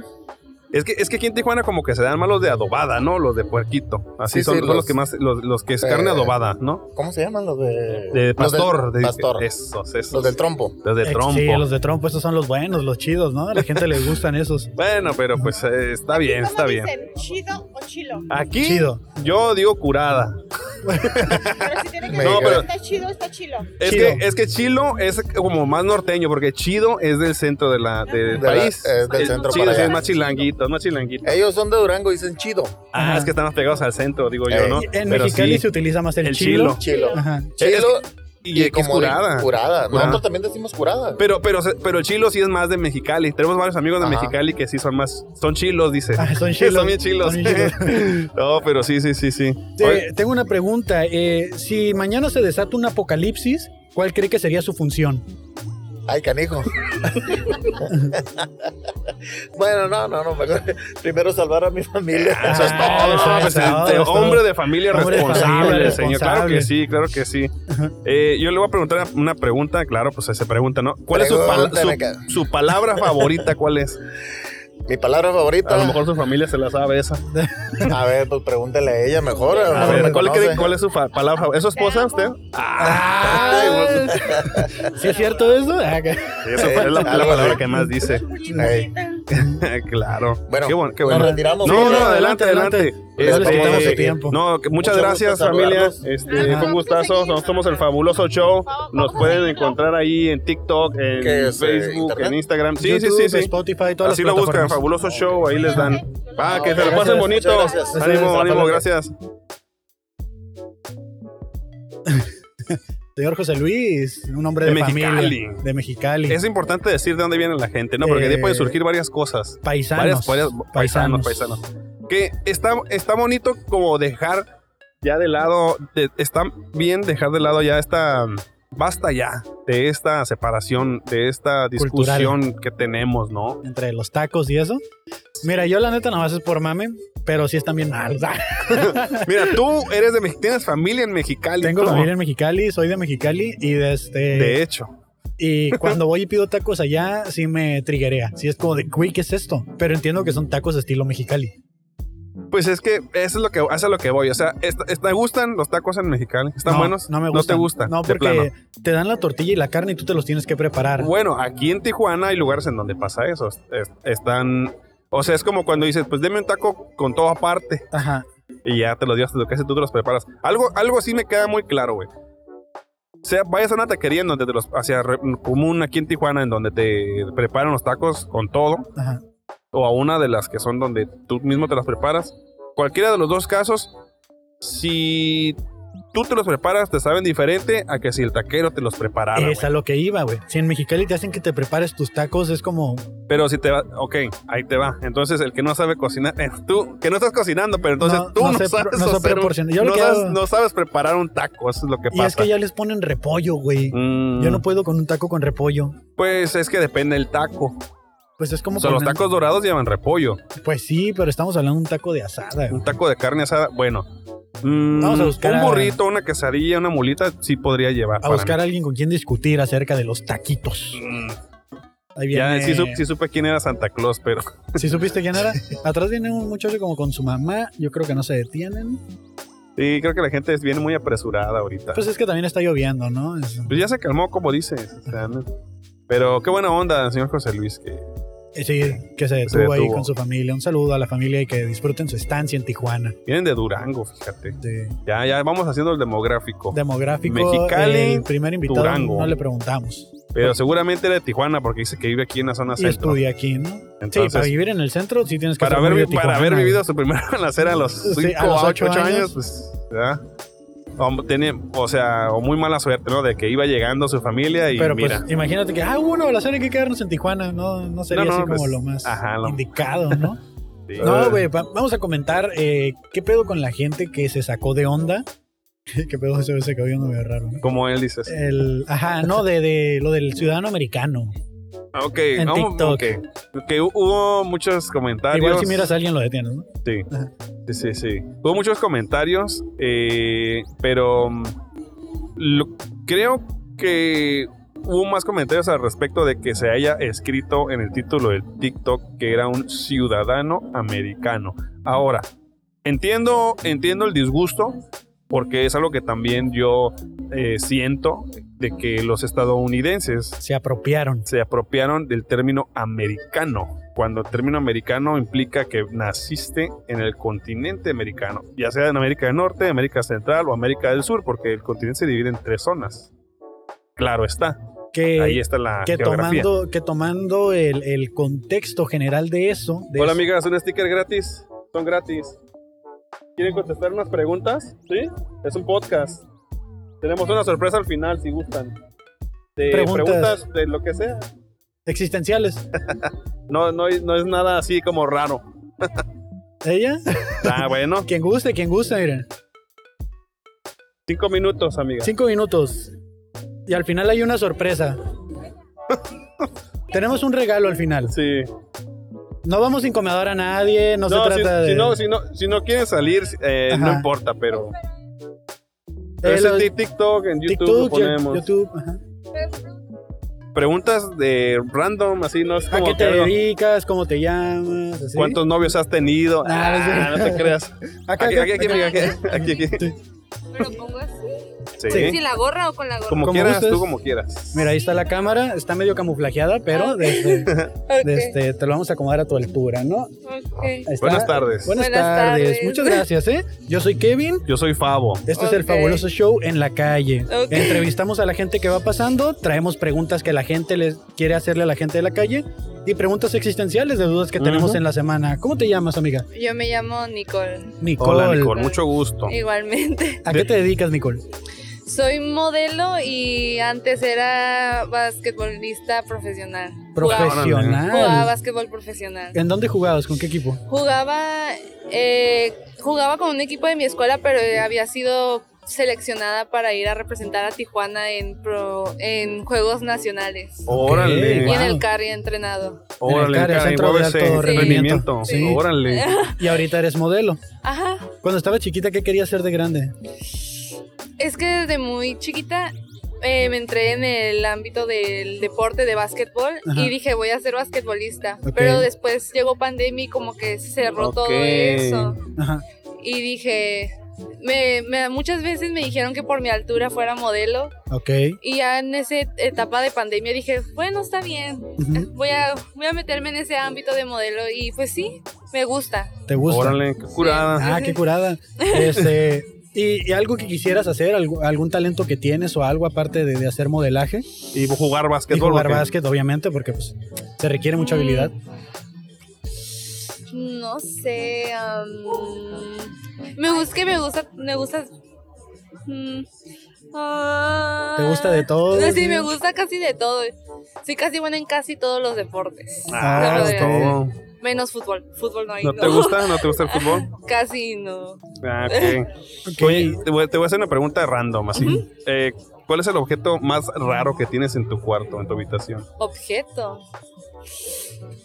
Es que, es que aquí en Tijuana como que se dan más los de adobada, ¿no? Los de puerquito. Así
Sí,
son,
sí,
son los,
los-
que más, los, los que es carne
Eh,
adobada, ¿no?
¿Cómo se llaman los de
De
los del-
pastor. de,
pastor.
Esos, esos.
Los del trompo.
Los de
Eh,
trompo.
Sí, los de trompo, esos son los buenos, los chidos, ¿no? A la gente le gustan esos.
Bueno, pero pues eh, está bien, está bien.
¿Chido o chilo?
Aquí
Chido.
yo digo curada.
Pero si tiene que
Me
decir
digas.
está chido, está chilo.
Es
Chido.
que, es que chilo es como más norteño, porque chido es del centro de la, del
De la-
país.
es del
El
centro
chido
para
sí,
allá.
es más chilanguito, es más chilanguito.
Ellos son de Durango y dicen chido.
Ah,
Ajá.
es que están más pegados al centro, digo yo,
Eh,
¿no?
En
Pero
Mexicali
sí,
se utiliza más el,
el
chilo.
chilo.
Chilo.
Ajá.
Chilo
Y, es
como
curada.
de- curada.
Curada.
Nosotros también decimos curada.
Pero, pero, se- pero el chilo sí es más de Mexicali. Tenemos varios amigos de
Ajá.
Mexicali que sí son más, son chilos, dice.
Ah, son
<laughs>
chilos.
bien chilos.
Son bien chilos.
<laughs> no, pero sí, sí, sí, sí.
Te-
Oye,
tengo una pregunta. eh, si mañana se desata un apocalipsis, ¿cuál cree que sería su función?
Ay, canijo. bueno, no, no, no. mejor <laughs> Primero salvar a mi familia.
Eso es
Ah,
<laughs>
todo,
eso es
pues,
todo,
este,
es todo.
hombre de familia
Hombre de
responsable,
familia
señor. Claro que
responsable.
sí, claro que sí. Eh, yo le voy a preguntar una pregunta, claro, pues se pregunta, ¿no? ¿Cuál es su, pala-
Pregúntame, ca-
su, su palabra favorita? ¿Cuál es?
Mi palabra
A
favorita.
lo mejor su familia <laughs> se la sabe esa.
A ver, pues pregúntale a ella mejor. A lo
A
mejor
ver,
me
¿cuál, cree-
conoce.
cuál es su fa- palabra favorita? ¿Es su esposa usted?
Ah, ¿Sí es cierto eso? Ah, que-
Esa es la, la palabra que más dice.
Chilo,
Ey.
bonita.
<laughs> claro.
Bueno,
qué bueno, qué
nos
bueno.
retiramos.
No, no, adelante, adelante.
Ya les
Este,
quitamos su tiempo.
No, que muchas
Mucho
gracias
gusto
familia.
saludarlos.
Este,
Ah,
con
no,
gustazo,
pues,
nos somos el
seguimos.
fabuloso show.
Vamos
Nos
a
pueden
seguirlo.
encontrar ahí en TikTok,
¿Qué
en
es, eh,
Facebook,
internet?
en Instagram. Sí,
YouTube,
sí, sí, sí.
Spotify, todas
Así
las
lo buscan,
plataformas.
fabuloso show, ahí les dan. Va, que se lo
Gracias,
pasen bonito.
muchas gracias.
Ánimo,
Gracias.
ánimo, gracias.
<laughs> Señor José Luis, un hombre de,
De Mexicali.
familia, de Mexicali,
Es importante decir de dónde viene la gente, ¿no? Porque de ahí
Eh,
pueden surgir varias cosas.
paisanos,
varias- varias- paisanos, paisanos. Que está, está bonito como dejar ya de lado, de- está bien dejar de lado ya esta, basta ya de esta separación, de esta
Cultural.
discusión que tenemos,
<laughs>
¿no?
entre los tacos y eso. Mira, yo la neta nomás es por mame, pero sí están bien <laughs> mal.
Mira, tú eres de Mexicali, tienes familia en Mexicali.
Tengo
tú.
familia en Mexicali, soy de Mexicali y de este
De hecho, <laughs>
y cuando voy y pido tacos allá sí me triguea, sí es como de, güey, ¿qué es esto? Pero entiendo que son tacos estilo Mexicali.
pues es que eso es lo que, eso es lo que voy. O sea, est- est- ¿te gustan los tacos en Mexicali? ¿Están
no,
buenos?
No me gustan.
No te gustan.
No
de plano.
porque te dan la tortilla y la carne y tú te los tienes que preparar.
Bueno, aquí en Tijuana hay lugares en donde pasa eso. Es- están. O sea, es como cuando dices, pues deme un taco con todo aparte.
Ajá.
Y ya te lo dio hasta lo que haces, tú te los preparas. Algo, algo sí me queda muy claro, güey. Sea, vayas a una taquería en donde te los. hacia re- común aquí en Tijuana, en donde te preparan los tacos con todo.
Ajá.
O a una de las que son donde tú mismo te las preparas. Cualquiera de los dos casos, si tú te los preparas, te saben diferente a que si el taquero te los preparara. güey.
es a lo que iba, güey. Si en Mexicali te hacen que te prepares tus tacos, es como
Pero si te va, ok, ahí te va. Entonces, el que no sabe cocinar, eh, tú, que no estás cocinando, pero entonces
No,
tú
no
no,
sé,
sabes
no sé
hacer un-
proporcionar. Yo lo
no
que
sabes-
hago-
no sabes preparar un taco, eso es lo que
Y es
pasa.
que ya les ponen repollo, güey.
Mm,
Yo no puedo con un taco con repollo.
Pues es que depende del taco.
Pues es como
O sea, los
poner-
tacos dorados llevan repollo.
Pues sí, pero estamos hablando de un taco de asada. güey.
Un taco de carne asada, bueno. Mm,
Vamos a buscar
un
a-
burrito, una quesadilla, una mulita, sí podría llevar.
A
para
buscar a alguien con quien discutir acerca de los taquitos.
mí. Mm,
Ahí
Ya
viene.
sí, su- sí supe quién era Santa Claus, pero <laughs>
¿Sí supiste quién era. Atrás viene un muchacho como con su mamá. Yo creo que no se detienen.
sí, creo que la gente es- viene muy apresurada ahorita.
Pues es que también está lloviendo, ¿no? Es-
Pues ya se calmó, como dices. o sea, ¿no? Pero qué buena onda, señor José Luis, que
eh, Sí, que se detuvo,
Se
ahí
detuvo.
con su familia. Un saludo a la familia y que disfruten su estancia en Tijuana.
vienen de Durango, fíjate.
De-
Ya, ya vamos haciendo el demográfico.
demográfico.
Mexicali,
el primer invitado
Durango.
no le preguntamos.
Pero seguramente era de Tijuana, porque dice que vive aquí en la zona
Y
centro.
estudia aquí, ¿no? sí, para
Entonces,
vivir en el centro sí tienes que
para,
ser muy de
haber, para
Tijuana,
haber
güey.
vivido su primera <laughs> balacera a los
Sí,
5
a los
a 8
ocho
años,
años.
pues, ya. O, tenía- o sea, o muy mala suerte, ¿no? De que iba llegando su familia y
Pero
mira.
pues imagínate que, ah, bueno, a la hay que quedarnos en Tijuana, no, no sería
No, no,
así como
pues,
lo más
ajá, lo-
indicado, ¿no?
sí. Eh,
no, güey, va- vamos a comentar eh, qué pedo con la gente que se sacó de onda. <laughs> qué pedo se se quedó viendo medio raro, ¿no?
Como él dices.
El, ajá, no, de, de lo del ciudadano americano.
Ah, ok,
en
vamos-
TikTok.
ok. Que hu- hubo muchos comentarios.
Igual si miras a alguien lo detienes, ¿no?
Sí.
Ajá.
Sí, sí, sí. Hubo muchos comentarios, eh, pero mm, lo- creo que hubo más comentarios al respecto de que se haya escrito en el título del TikTok que era un ciudadano americano. Ahora, entiendo, entiendo el disgusto porque es algo que también yo eh, siento de que los estadounidenses
Se apropiaron.
se apropiaron del término americano, cuando el término americano implica que naciste Este, en el continente americano, ya sea en América del Norte, América Central o América del Sur, porque el continente se divide en tres zonas. Claro está,
Que,
ahí está la
Eh, que
geografía.
tomando, que tomando el, el contexto general de eso. de
Hola
eso-
amigas, un sticker gratis, son gratis. ¿Quieren contestar unas preguntas? Sí, es un podcast. Tenemos una sorpresa al final, si gustan. De
Preguntas.
preguntas de lo que sea.
Existenciales.
<laughs> No, no, no es nada así como raro.
Ella,
Ah, bueno.
<laughs> quien guste, quien guste, miren.
Cinco minutos, amiga.
Cinco minutos. Y al final hay
<laughs>
una sorpresa. Tenemos un regalo al final.
Sí.
No vamos a incomodar a nadie, no, se
si,
trata de.
si no, si, no, si no quieren salir, eh, no
Ajá.
importa, pero.
Eh,
pero ese
lo-
es TikTok, en YouTube lo
TikTok,
ponemos.
YouTube. ajá.
Preguntas de random, así, no es
¿A
como
qué te
que,
dedicas? ¿Cómo te llamas? Así.
¿Cuántos novios has tenido?
Ah,
Ah,
sí.
no te creas.
Acá,
Aquí,
<laughs> acá,
aquí, aquí,
acá.
amiga, aquí, aquí, aquí.
Sí.
Me lo pongo así.
Sí.
Sí.
¿Sin la gorra o con la gorra?
Como,
Como
quieras,
gustes.
tú como quieras.
Mira, ahí está la cámara, está medio camuflajeada, pero desde,
Ah. <laughs> Ok,
desde- te lo vamos a acomodar a tu altura, ¿no?
ok.
Ahí está.
Buenas tardes.
Buenas,
Buenas
tardes.
tardes.
Muchas gracias, ¿eh? Yo soy Kevin.
Yo soy Favo.
Este es el
Ok.
fabuloso show en la calle.
Ok.
Entrevistamos a la gente que va pasando, traemos preguntas que la gente les quiere hacerle a la gente de la calle y preguntas existenciales de dudas que tenemos
Ujú.
en la semana. ¿Cómo te llamas, amiga?
Yo me llamo Nicole.
Nicole.
Hola, Nicole. Mucho gusto.
Igualmente. <laughs>
¿A qué te dedicas, Nicole?
Soy modelo y antes era basquetbolista profesional. Jugaba, jugaba
Profesional.
basquetbol profesional.
¿En dónde jugabas? ¿Con qué equipo?
Jugaba, eh, jugaba con un equipo de mi escuela, pero había sido seleccionada para ir a representar a Tijuana en, pro- en Juegos Nacionales.
Órale.
Y en el
wow.
carry he entrenado.
Órale,
En el CARE,
caray,
Centro de
muévese,
Alto Rendimiento.
rendimiento.
Sí.
Órale.
Y ahorita eres modelo.
Ajá.
Cuando estaba chiquita, ¿qué querías ser de grande?
Es que desde muy chiquita eh, me entré en el ámbito del deporte de básquetbol
Ajá.
y dije voy a ser basquetbolista.
Ok.
Pero después llegó pandemia y como que se cerró
Ok.
todo eso.
Ajá.
Y dije, me, me- muchas veces me dijeron que por mi altura fuera modelo.
Ok.
Y ya en esa etapa de pandemia dije, bueno, está bien.
Ujú.
Voy a, voy a meterme en ese ámbito de modelo. Y pues sí, me gusta.
¿Te gusta?
Órale, qué curada.
Ah, qué curada. Este, y, y algo que quisieras hacer, algo- algún talento que tienes o algo aparte de, de hacer modelaje
Y jugar
y
básquetbol.
jugar
¿o qué?
básquet, obviamente, porque pues, se requiere mucha
Mm.
habilidad.
No sé. am, me gusta que me gusta. Me gusta. mm, ah,
¿Te gusta de todo,
no, Sí,
sí?
me gusta casi de todo. Soy casi buena en casi todos los deportes.
Ah,
Ah,
es
ok.
todo.
Menos fútbol. Fútbol no hay.
¿No te gusta? ¿No te gusta el fútbol?
<laughs> Casi no.
Ah, ok.
<laughs> Ok.
Oye, te voy, te voy a hacer una pregunta random, así. Eh, ¿Cuál es el objeto más raro que tienes en tu cuarto, en tu habitación? <laughs>
Objeto.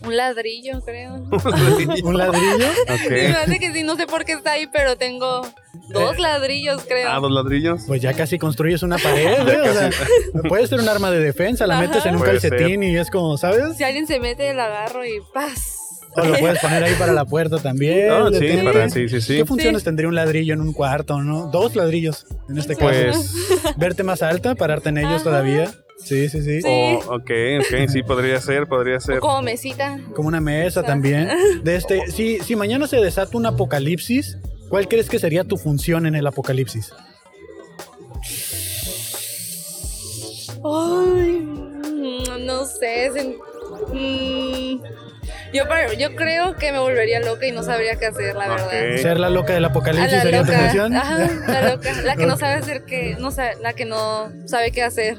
Un ladrillo, creo.
¿Un ladrillo?
<laughs> Me
ok.
parece que sí, no sé por qué está ahí, pero tengo dos ladrillos, creo.
Eh, Ah, dos ladrillos.
Pues ya casi construyes
<laughs>
una pared, güey, o sea, <laughs> puede ser un arma de defensa, la
Ajá.
metes en un
Puede
calcetín y es como, ¿sabes?
Si alguien se mete, la agarro y ¡paz!
O lo puedes poner ahí para la puerta también.
Ah,
de
sí,
repente.
para, sí, sí, sí.
¿Qué funciones tendría un ladrillo en un cuarto, no? Dos ladrillos, en este caso.
Pues,
Verte más alta, pararte en ellos
Ajá.
todavía. Sí, sí, sí.
Sí.
o- ok, ok, sí, podría ser, podría
O
ser.
como mesita.
Como una mesa
Exacto. <laughs>
también. De este, si, si mañana se desata un apocalipsis, ¿cuál crees que sería tu función en el apocalipsis?
Ay, mm, no sé. se- mm, yo, par- yo creo que me volvería loca y no sabría qué hacer, la verdad.
Ok.
¿Ser la loca del
A
apocalipsis
la
sería tu
loca,
función?
ajá, la loca, la que no
Ok.
sabe hacer que, no sabe, la que no sabe qué hacer.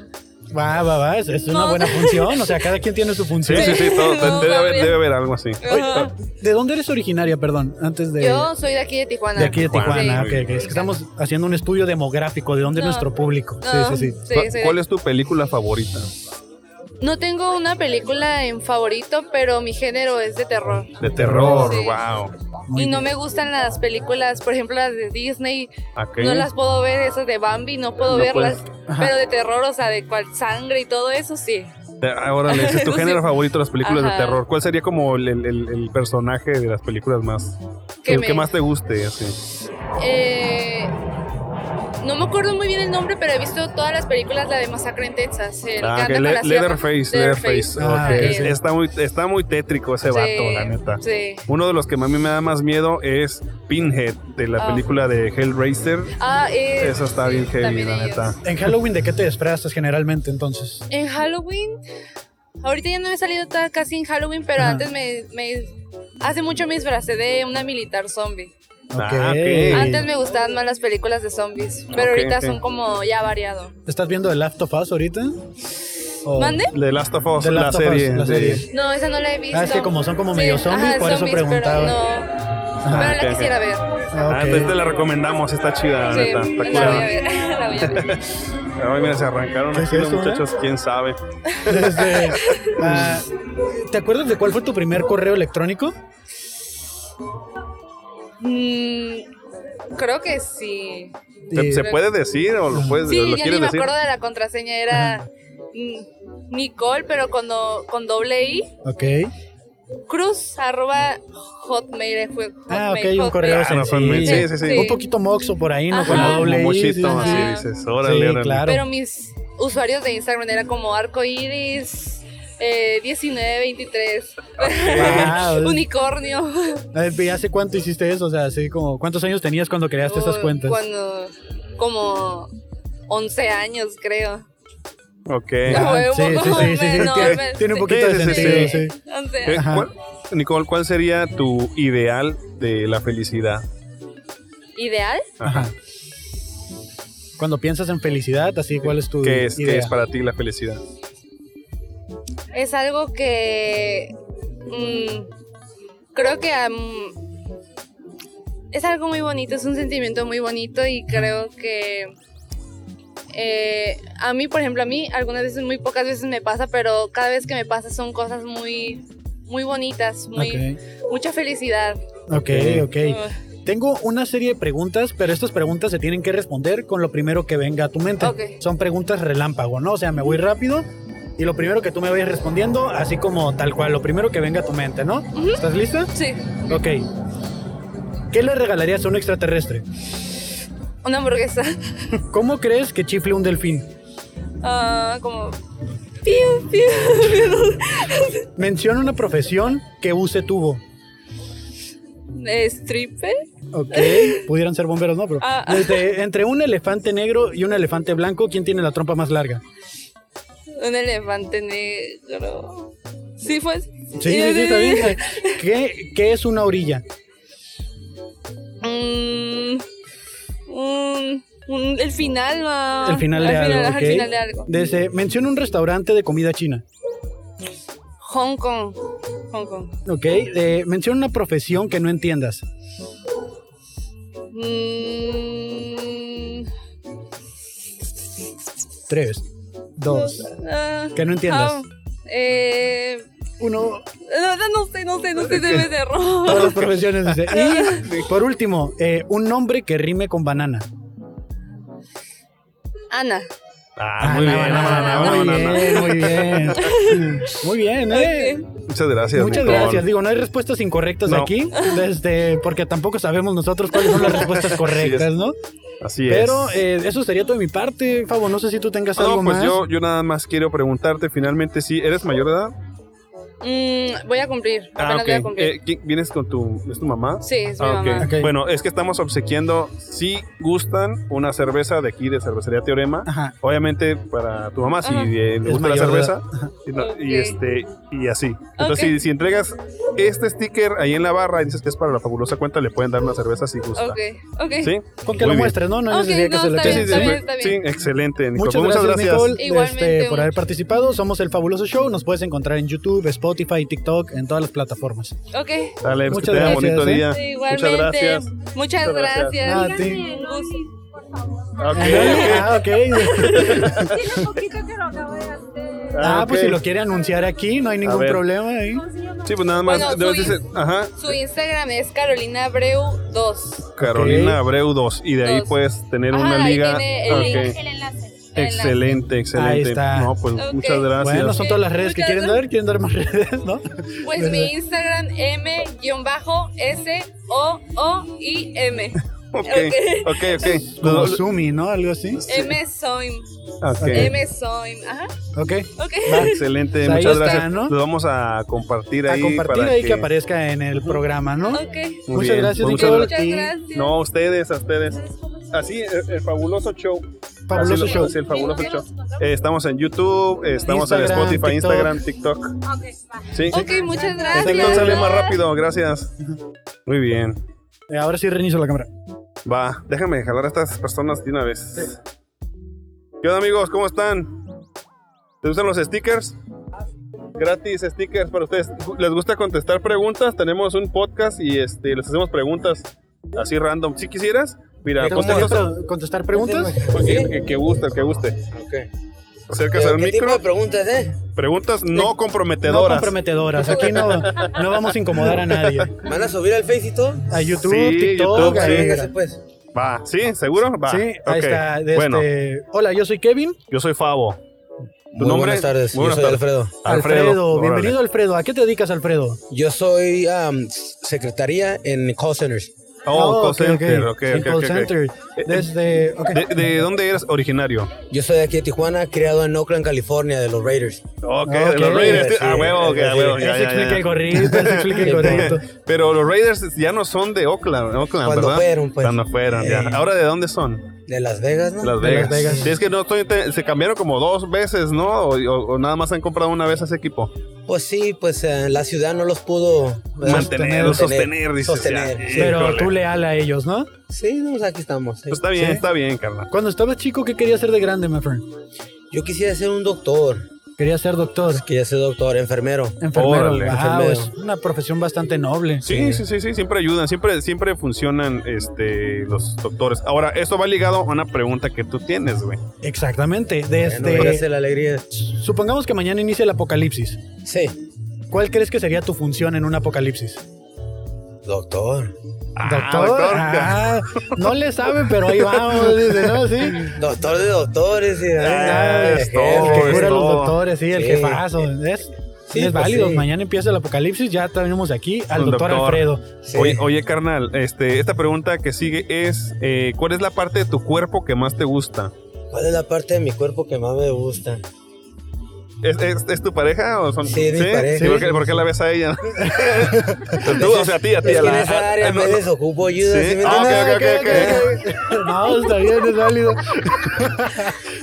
Va, va, va. Es, es una
No.
buena función. O
<laughs>
sea, cada quien tiene su
Sí,
función.
sí, sí, todo. te-
No,
te debe,
sabía.
debe haber algo así.
Oye,
Ajá.
¿De dónde eres originaria, perdón? Antes de,
yo soy de aquí de Tijuana.
de aquí de
Tijuana.
Tijuana.
Sí.
ok, ok. Es que estamos haciendo un estudio demográfico de dónde es
No.
nuestro público. Sí,
No,
sí, sí.
soy de-
¿Cuál es tu película favorita?
No tengo una película en favorito, pero mi género es de terror.
De terror,
Sí.
wow.
Muy
y no
bien.
me gustan las películas, por ejemplo, las de Disney.
Ok.
No las puedo ver, esas de Bambi, no puedo
No
verlas.
Ajá.
Pero de terror, o sea, de cual sangre y todo eso, sí.
Ah, Órale, ese es
<laughs>
tu
Sí.
género favorito, las películas de
Ajá.
terror. ¿Cuál sería como el, el- el- el personaje de las películas más?
Que
el
me-
que más te guste, así.
Eh, no me acuerdo muy bien el nombre, pero he visto todas las películas, la de Masacre en Texas. El
Ah,
que
ok, Le-
anda con la sierra.
Leatherface, Leatherface.
Ah,
ok.
ok.
Es- Está, muy, está muy tétrico ese vato,
Sí,
la neta.
Sí.
Uno de los que a mí me da más miedo es Pinhead, de la
Ah.
película de Hellraiser.
Ah, eh,
Esa está
sí,
bien heavy,
también
la
ellos.
neta.
En Halloween, ¿de qué te disfrazas generalmente entonces?
En Halloween, ahorita ya no he salido ta- casi en Halloween, pero
Ajá.
antes me, me- Hace mucho me disfracé de una militar zombie.
Ah,
Ok.
ok.
Antes me gustaban más las películas de zombies, pero
Ok,
ahorita
ok.
son como ya variado.
¿Estás viendo The Last of Us ahorita? O-
¿Mande?
The Last of Us,
The
la,
Last of Us,
serie,
la
sí.
serie.
No, esa no la he visto.
Ah, es que como son como medio zombies, por eso
pero <laughs>
preguntaba.
no. pero
Ah, ok,
la
ok.
quisiera ver.
Ah,
Ah,
ok.
te, te la recomendamos, está chida, la
Sí,
neta. Está
la voy a
curada.
ver. <laughs> la voy a ver.
<laughs> Ay, mira, se arrancaron
¿Qué
aquí
es
los
eso, eh?
muchachos, quién sabe.
Desde, ah, ¿Te acuerdas de cuál fue tu primer correo electrónico?
Mm, creo que sí.
¿Se,
Eh,
se puede decir o lo, puedes,
Sí,
lo
ya ni
quieres
me
decir?
acuerdo de la contraseña, era mm, Nicole, pero con, do- con doble I.
Ok.
cruz arroba hotmail. fue-
Ah, ok,
hotmail,
un correo
hotmail.
Ah, no,
sencillo.
sí, sí, sí.
Un poquito moxo por ahí, ¿no? Con
Ajá.
doble I,
Como
sí,
chito,
sí, sí.
así
Ajá.
dices, órale, órale.
claro.
Pero mis usuarios de Instagram era como arcoiris. Eh, 1923
Wow.
<laughs> unicornio
Eh, ¿Y hace cuánto hiciste eso? O sea, así como, ¿cuántos años tenías cuando creaste esas
Uy,
cuentas?
Oh, cuando como 11 años creo <laughs>
Ok.
Ah,
Fue un
sí,
poco
sí, sí, sí, sí,
menos,
tiene-
me-
tiene un poquito
Eh, sí,
de
sí, sí,
sentido,
sí.
sí.
o sea,
Eh,
Ajá.
¿cuál- Nicole, ¿cuál sería tu ideal de la felicidad?
ideal
Ajá. Cuando piensas en felicidad, así, ¿cuál es tu
¿Qué es,
idea?
¿Qué es para ti la felicidad?
es algo que mm, creo que mm, es algo muy bonito, es un sentimiento muy bonito y creo que eh, a mí, por ejemplo, a mí algunas veces, muy pocas veces me pasa, pero cada vez que me pasa son cosas muy, muy bonitas, muy, mucha felicidad.
Ok, ok, ok. Tengo una serie de preguntas, pero estas preguntas se tienen que responder con lo primero que venga a tu mente.
Ok.
Son preguntas relámpago, ¿no? O sea, me voy rápido y lo primero que tú me vayas respondiendo, así como tal cual, lo primero que venga a tu mente, ¿no?
Ujú.
¿Estás lista?
Sí,
Ok. ¿Qué le regalarías a un extraterrestre? <laughs>
una hamburguesa. <laughs>
¿Cómo crees que chifle un delfín?
Ah, como. Piu, <laughs> piu.
Menciona una profesión que use tubo.
¿Stripper? <laughs>
Ok. Pudieran ser bomberos, ¿no? Pero
Ah, ah.
Este, entre un elefante negro y un elefante blanco, ¿quién tiene la trompa más larga?
Un elefante negro. Sí, pues, fue.
Sí, sí, sí, está bien. ¿Qué, qué es una orilla?
Mm, un- un- el final, ah,
El final de
al
algo.
final, ajá,
¿ok?
el final de algo.
Dice, menciona un restaurante de comida china.
Hong Kong. Hong Kong.
Ok. Eh, menciona una profesión que no entiendas.
Mm,
Tres, dos,
ah,
Que no entiendas.
ah, eh,
uno.
no, no, no sé, no sé, no sé, se me cerró.
Todas las profesiones. dice. Y por último, eh, un nombre que rime con banana.
Ana.
Ah, muy
Ah,
bien,
no,
no,
no,
no, no,
no,
no,
muy
no, no.
bien, muy bien. <laughs> Muy bien, ¿eh?
Muchas gracias,
Muchas
Nicole.
gracias. Digo, no hay respuestas incorrectas
No.
aquí, desde, porque tampoco sabemos nosotros cuáles son las
<laughs>
respuestas correctas, ¿no?
Así es.
Pero eh, eso sería todo de mi parte, Fabo. No sé si tú tengas
no,
algo
pues
más.
yo, yo nada más quiero preguntarte, finalmente, si eres mayor de edad.
Mm, voy a cumplir.
Ah,
Apenas voy a
ok.
cumplir.
Eh, ¿quién- ¿Vienes con tu, es tu mamá?
sí, es mi
Ah, ok.
mamá.
Ok.
Bueno, es que estamos obsequiando, si gustan, una cerveza de aquí, de Cervecería Teorema.
Ajá.
Obviamente para tu mamá, si
Ajá.
eh, le
Es
gusta la
mayor de
cerveza. Y, no- y
Ok.
este, y así. Entonces,
Ok.
si, si entregas este sticker ahí en la barra y dices que es para la fabulosa cuenta, le pueden dar una cerveza si gusta.
Ok, ok.
¿sí
Con que
Muy
lo
bien.
muestres, ¿no? No hay
Ok,
necesidad que
no,
se lo
está
Sí, sí, sí,
eches.
bien, está
fue-
bien, está
sí,
bien.
excelente, Nicole.
Muchas gracias, Nicole,
Igualmente,
este, por haber
muchas-
participado. Somos el fabuloso show. Nos puedes encontrar en YouTube, Spotify, TikTok, en todas las plataformas.
Ok.
Dale, pues,
Muchas
que tengan
gracias,
bonito
¿eh?
día.
Igualmente.
Muchas gracias.
Muchas,
Muchas gracias.
gracias.
Ah, a ti.
Díganme, Gus.
Por favor. <laughs>
Ok,
Ah, ok.
Tiene poquito que lo acabo de hacer.
Ah, pues
ok.
si lo quiere anunciar aquí, no hay ningún
ver.
problema. ahí.
¿Cómo se llama?
Sí, pues nada más.
Bueno,
nada más
su
dice- ajá,
Su Instagram es Carolina Abreu 2.
Carolina Abreu 2. Y de ahí
Dos.
puedes tener
Ajá,
una
ahí
liga.
tiene el
Ok.
link.
El enlace.
Excelente, excelente.
Ahí está.
No, pues
Ok.
muchas gracias.
Bueno, son todas las redes que
Muchas
quieren
gracias.
dar. Quieren dar más redes, ¿no?
Pues mi Instagram
<laughs>
M-S-O-O-I-M.
ok,
ok. Eh,
ok, ok.
Como
Los-
Sumi, ¿no? Algo así.
M-Soim.
ok.
eh, M-Soim. Ajá.
Ok.
Ok.
<laughs> Ah, Excelente,
Pues Ahí
muchas
está,
gracias.
¿no?
Los vamos a compartir ahí.
a compartir
para
ahí que... aparezca en el programa, ¿no?
Ok.
Muy
Muchas
bien,
gracias,
pues
Nicole.
muchas
Muchas gracias.
No, a ustedes, a ustedes. Así, el, el fabuloso show.
Fabuloso
Así lo-
show.
así el fabuloso show.
nos encontramos?
Eh, estamos en YouTube, eh, estamos en
Instagram,
Spotify,
TikTok.
Instagram, TikTok.
Ok, va.
Sí.
Ok, muchas gracias.
Este guión sale más rápido, gracias. Muy bien. Ah,
Eh, Ahora sí reinicio la cámara.
Va, déjame jalar a estas personas de una vez. ¿Qué onda, amigos? ¿Cómo están? ¿Te gustan los stickers? Gratis stickers para ustedes. ¿Les gusta contestar preguntas? Tenemos un podcast y este, les hacemos preguntas así random. Si quisieras, mira,
¿Cómo
contestas
esto? ¿Contestar preguntas?
Porque Pues el que, que guste, el que guste. Acercas al
¿Qué tipo
micro.
de preguntas, eh?
Preguntas no
No
comprometedoras.
comprometedoras. Aquí no, no vamos a incomodar a nadie.
¿Me ¿Van a subir al Face y todo?
A YouTube,
Sí,
TikTok.
YouTube,
a-
sí.
Véngase, pues.
Va, ¿sí? ¿Seguro? Va.
Sí, ahí
ok.
está. de
Bueno,
este, Hola, yo soy Kevin.
yo soy Favo. ¿Tu
Muy
nombre?
buenas tardes,
Muy buenas
yo soy
tardes.
Alfredo.
Alfredo,
órale.
bienvenido Alfredo. ¿A qué te dedicas, Alfredo?
Yo soy am, secretaría en call centers.
Oh, call
ok,
center,
ok.
ok,
Sí,
ok,
call
ok, ok.
center. Desde. ok.
¿De, de dónde eres originario?
Yo soy de aquí de Tijuana, criado en Oakland, California, de los Raiders.
Ok,
Ah, ok.
los Raiders.
Sí,
a huevo, ok, a huevo. ya,
Ahí
ya,
se explica
ya.
el gorrito, ahí
<laughs>
se explica el gorrito.
Pero los Raiders ya no son de Oakland, Oakland
Cuando
¿verdad?
fueron, pues.
Cuando fueron, ya.
Eh.
Ahora, ¿de dónde son?
De Las Vegas, ¿no?
Las
de Las
Vegas.
Vegas.
Sí, es que no estoy, te- se cambiaron como dos veces, ¿no? O, o- o nada más han comprado una vez a ese equipo.
Pues sí, pues eh, la ciudad no los pudo ¿verdad?
Mantener, sostener, dices.
Sostener.
ya.
Sí.
Pero
Híjole.
tú leal a ellos, ¿no?
Sí, no, pues aquí estamos. sí.
Pues está bien,
Sí.
está bien, carnal.
Cuando estabas chico, ¿qué querías ser de grande, my friend?
Yo quisiera ser un doctor.
Querías ser doctor,
Quería ser doctor, enfermero.
enfermero.
Órale.
Wow,
Enfermero.
es una profesión bastante noble.
Sí, sí, sí, sí, siempre ayudan, siempre, siempre funcionan este, los doctores. Ahora, esto va ligado a una pregunta que tú tienes, güey.
Exactamente.
Bueno, gracias
Desde.
a la alegría.
Supongamos que mañana inicia el apocalipsis.
Sí.
¿Cuál crees que sería tu función en un apocalipsis?
Doctor.
Ah,
Doctor,
doctor.
ah, no le sabe, pero ahí vamos, dice, ¿no?
<laughs>
Sí. Eh,
Doctor de doctores. y-
Ah,
Ay,
es
jefe.
todo,
El que
es
cura a los
todo.
doctores, sí, el
Sí.
jefazo. Es,
Sí,
es
pues,
válido.
sí.
Mañana empieza el apocalipsis. Ya tenemos aquí al
Un
doctor,
doctor.
Alfredo.
Sí.
Oye, oye, carnal, este, esta pregunta que sigue es, eh, ¿cuál es la parte de tu cuerpo que más te gusta?
¿Cuál es la parte de mi cuerpo que más me gusta?
¿Es, es, es tu pareja o son?
Sí, es mi pareja.
¿Por, qué, por qué la ves a ella? <laughs> Tú, o sea, a ti, a ti.
Es que
a la-
en esa área
a- no,
me
no.
desocupo ayuda.
Sí.
¿sí me
Ah,
entiendes?
ok, ok, ok,
No, está bien,
<laughs>
es válido.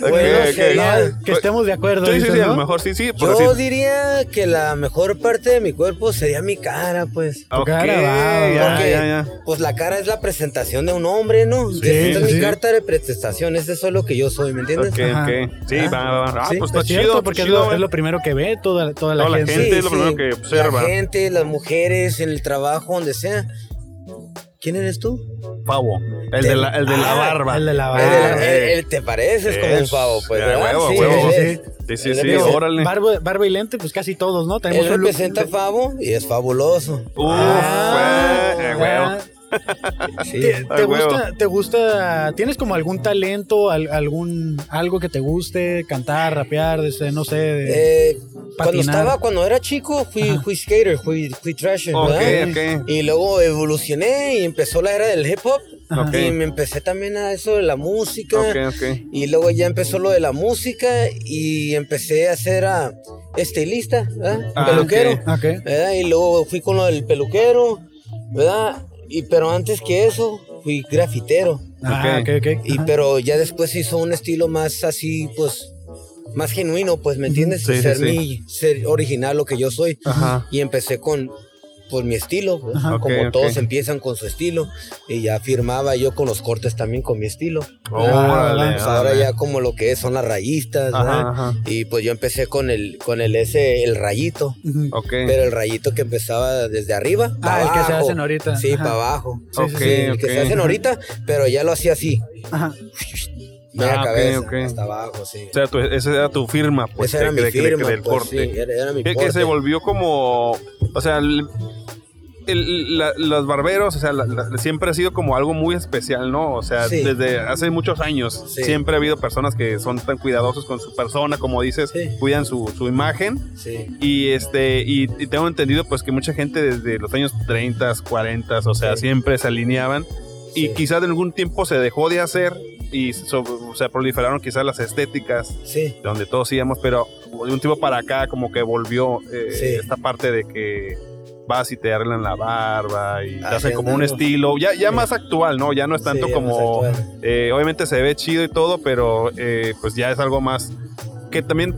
Bueno,
Ok, ok.
sería-
Que estemos de acuerdo.
Sí, sí,
dices,
sí, a lo
¿no?
mejor sí, sí. pero
Yo
sí.
diría que la mejor parte de mi cuerpo sería mi cara, pues.
tu
Ah, Ok,
cara, va,
ya,
porque-
ya, ya.
Pues la cara es la presentación de un hombre, ¿no?
Sí,
Esta es
sí,
mi
sí.
carta de presentación, este es lo que yo soy, ¿me entiendes?
Ok,
Ajá.
ok. Sí,
Ah.
va, va, va. Ah,
Sí,
pues
Está
está
cierto,
chido,
porque
porque
es lo, es
es
lo primero que ve toda, toda la
Toda la
gente.
gente. es lo primero que observa.
La gente, las mujeres, en el trabajo, donde sea. ¿Quién eres tú?
pavo. El de la, el de la
Ah,
barba.
El de la
el, de la-
barba.
eh,
el- el- te pareces como un pavo, pues.
Ya,
¿verdad?
huevo,
Sí,
huevo.
él
sí,
es.
Sí, sí,
el-
sí,
el-
órale.
Barba, barba y lente, pues casi todos, ¿no?
Él
Tenemos un look-
representa favo y es fabuloso.
Uf,
Ah,
eh,
ah.
<laughs> huevo.
Sí.
¿Te, te
Ay, huevo.
gusta, te gusta, tienes como algún talento, al- algún, algo que te guste, cantar, rapear, este, no sé, de-
Eh, cuando
Patinar.
estaba, cuando era chico, fui,
Ajá.
fui skater, fui, fui thrasher,
Ok,
¿verdad?
ok.
Y luego evolucioné y empezó la era del hip hop.
Ok.
Y me empecé también a eso de la música.
Ok, ok.
Y luego ya empezó lo de la música y empecé a ser ah, estilista, ¿verdad?
Ah,
peluquero,
ok.
Ok.
¿verdad? Y luego fui con lo del peluquero, ¿verdad? Y pero antes que eso fui grafitero.
Ah, ok, ok.
Y
Ajá.
pero ya después hizo un estilo más así, pues más genuino, pues, ¿me entiendes?
Sí, sí,
ser
sí.
mi ser original lo que yo soy.
Ajá.
Y empecé con pues mi estilo, pues,
Ajá.
como
Ok, ok.
todos empiezan con su estilo y ya firmaba yo con los cortes también con mi estilo.
Órale.
Pues ahora
órale.
ya como lo que es son las rayistas,
Ajá,
¿verdad?
ajá.
Y pues yo empecé con el con el ese el rayito,
Ujú.
Ok.
pero el rayito que empezaba desde arriba,
Ah,
para
el que se
abajo.
hacen ahorita.
Sí,
Ajá.
para abajo.
Sí, sí,
Ok,
Sí, el que
ok.
se hacen ahorita, pero ya lo hacía así,
Ajá.
de la
Ah, ok,
cabeza
ok.
hasta abajo, sí.
O sea, tu- esa era tu firma, pues,
Esa era
de-
mi
de- de-
firma,
del
pues,
corte.
sí, era, era mi
Que, que
corte.
se volvió como. O sea, el- el- la- los barberos, o sea, la- la- siempre ha sido como algo muy especial, ¿no? O sea,
Sí.
desde hace muchos años
Sí.
siempre ha habido personas que son tan cuidadosos con su persona, como dices,
Sí.
cuidan su, su imagen.
Sí,
Y este y, y tengo entendido pues que mucha gente desde los años 30, 40, o sea,
Sí.
siempre se alineaban. Y
sí,
quizás en algún tiempo se dejó de hacer y so- o sea, proliferaron quizás las estéticas
sí,
donde todos íbamos, pero de un tiempo para acá como que volvió eh,
Sí.
esta parte de que vas y te arreglan la barba y te
Así
hacen como un
andamos.
estilo, ya, ya
Sí.
más actual, ¿no? Ya no es tanto
sí,
como,
vamos a actuar.
eh, obviamente se ve chido y todo, pero eh, pues ya es algo más que también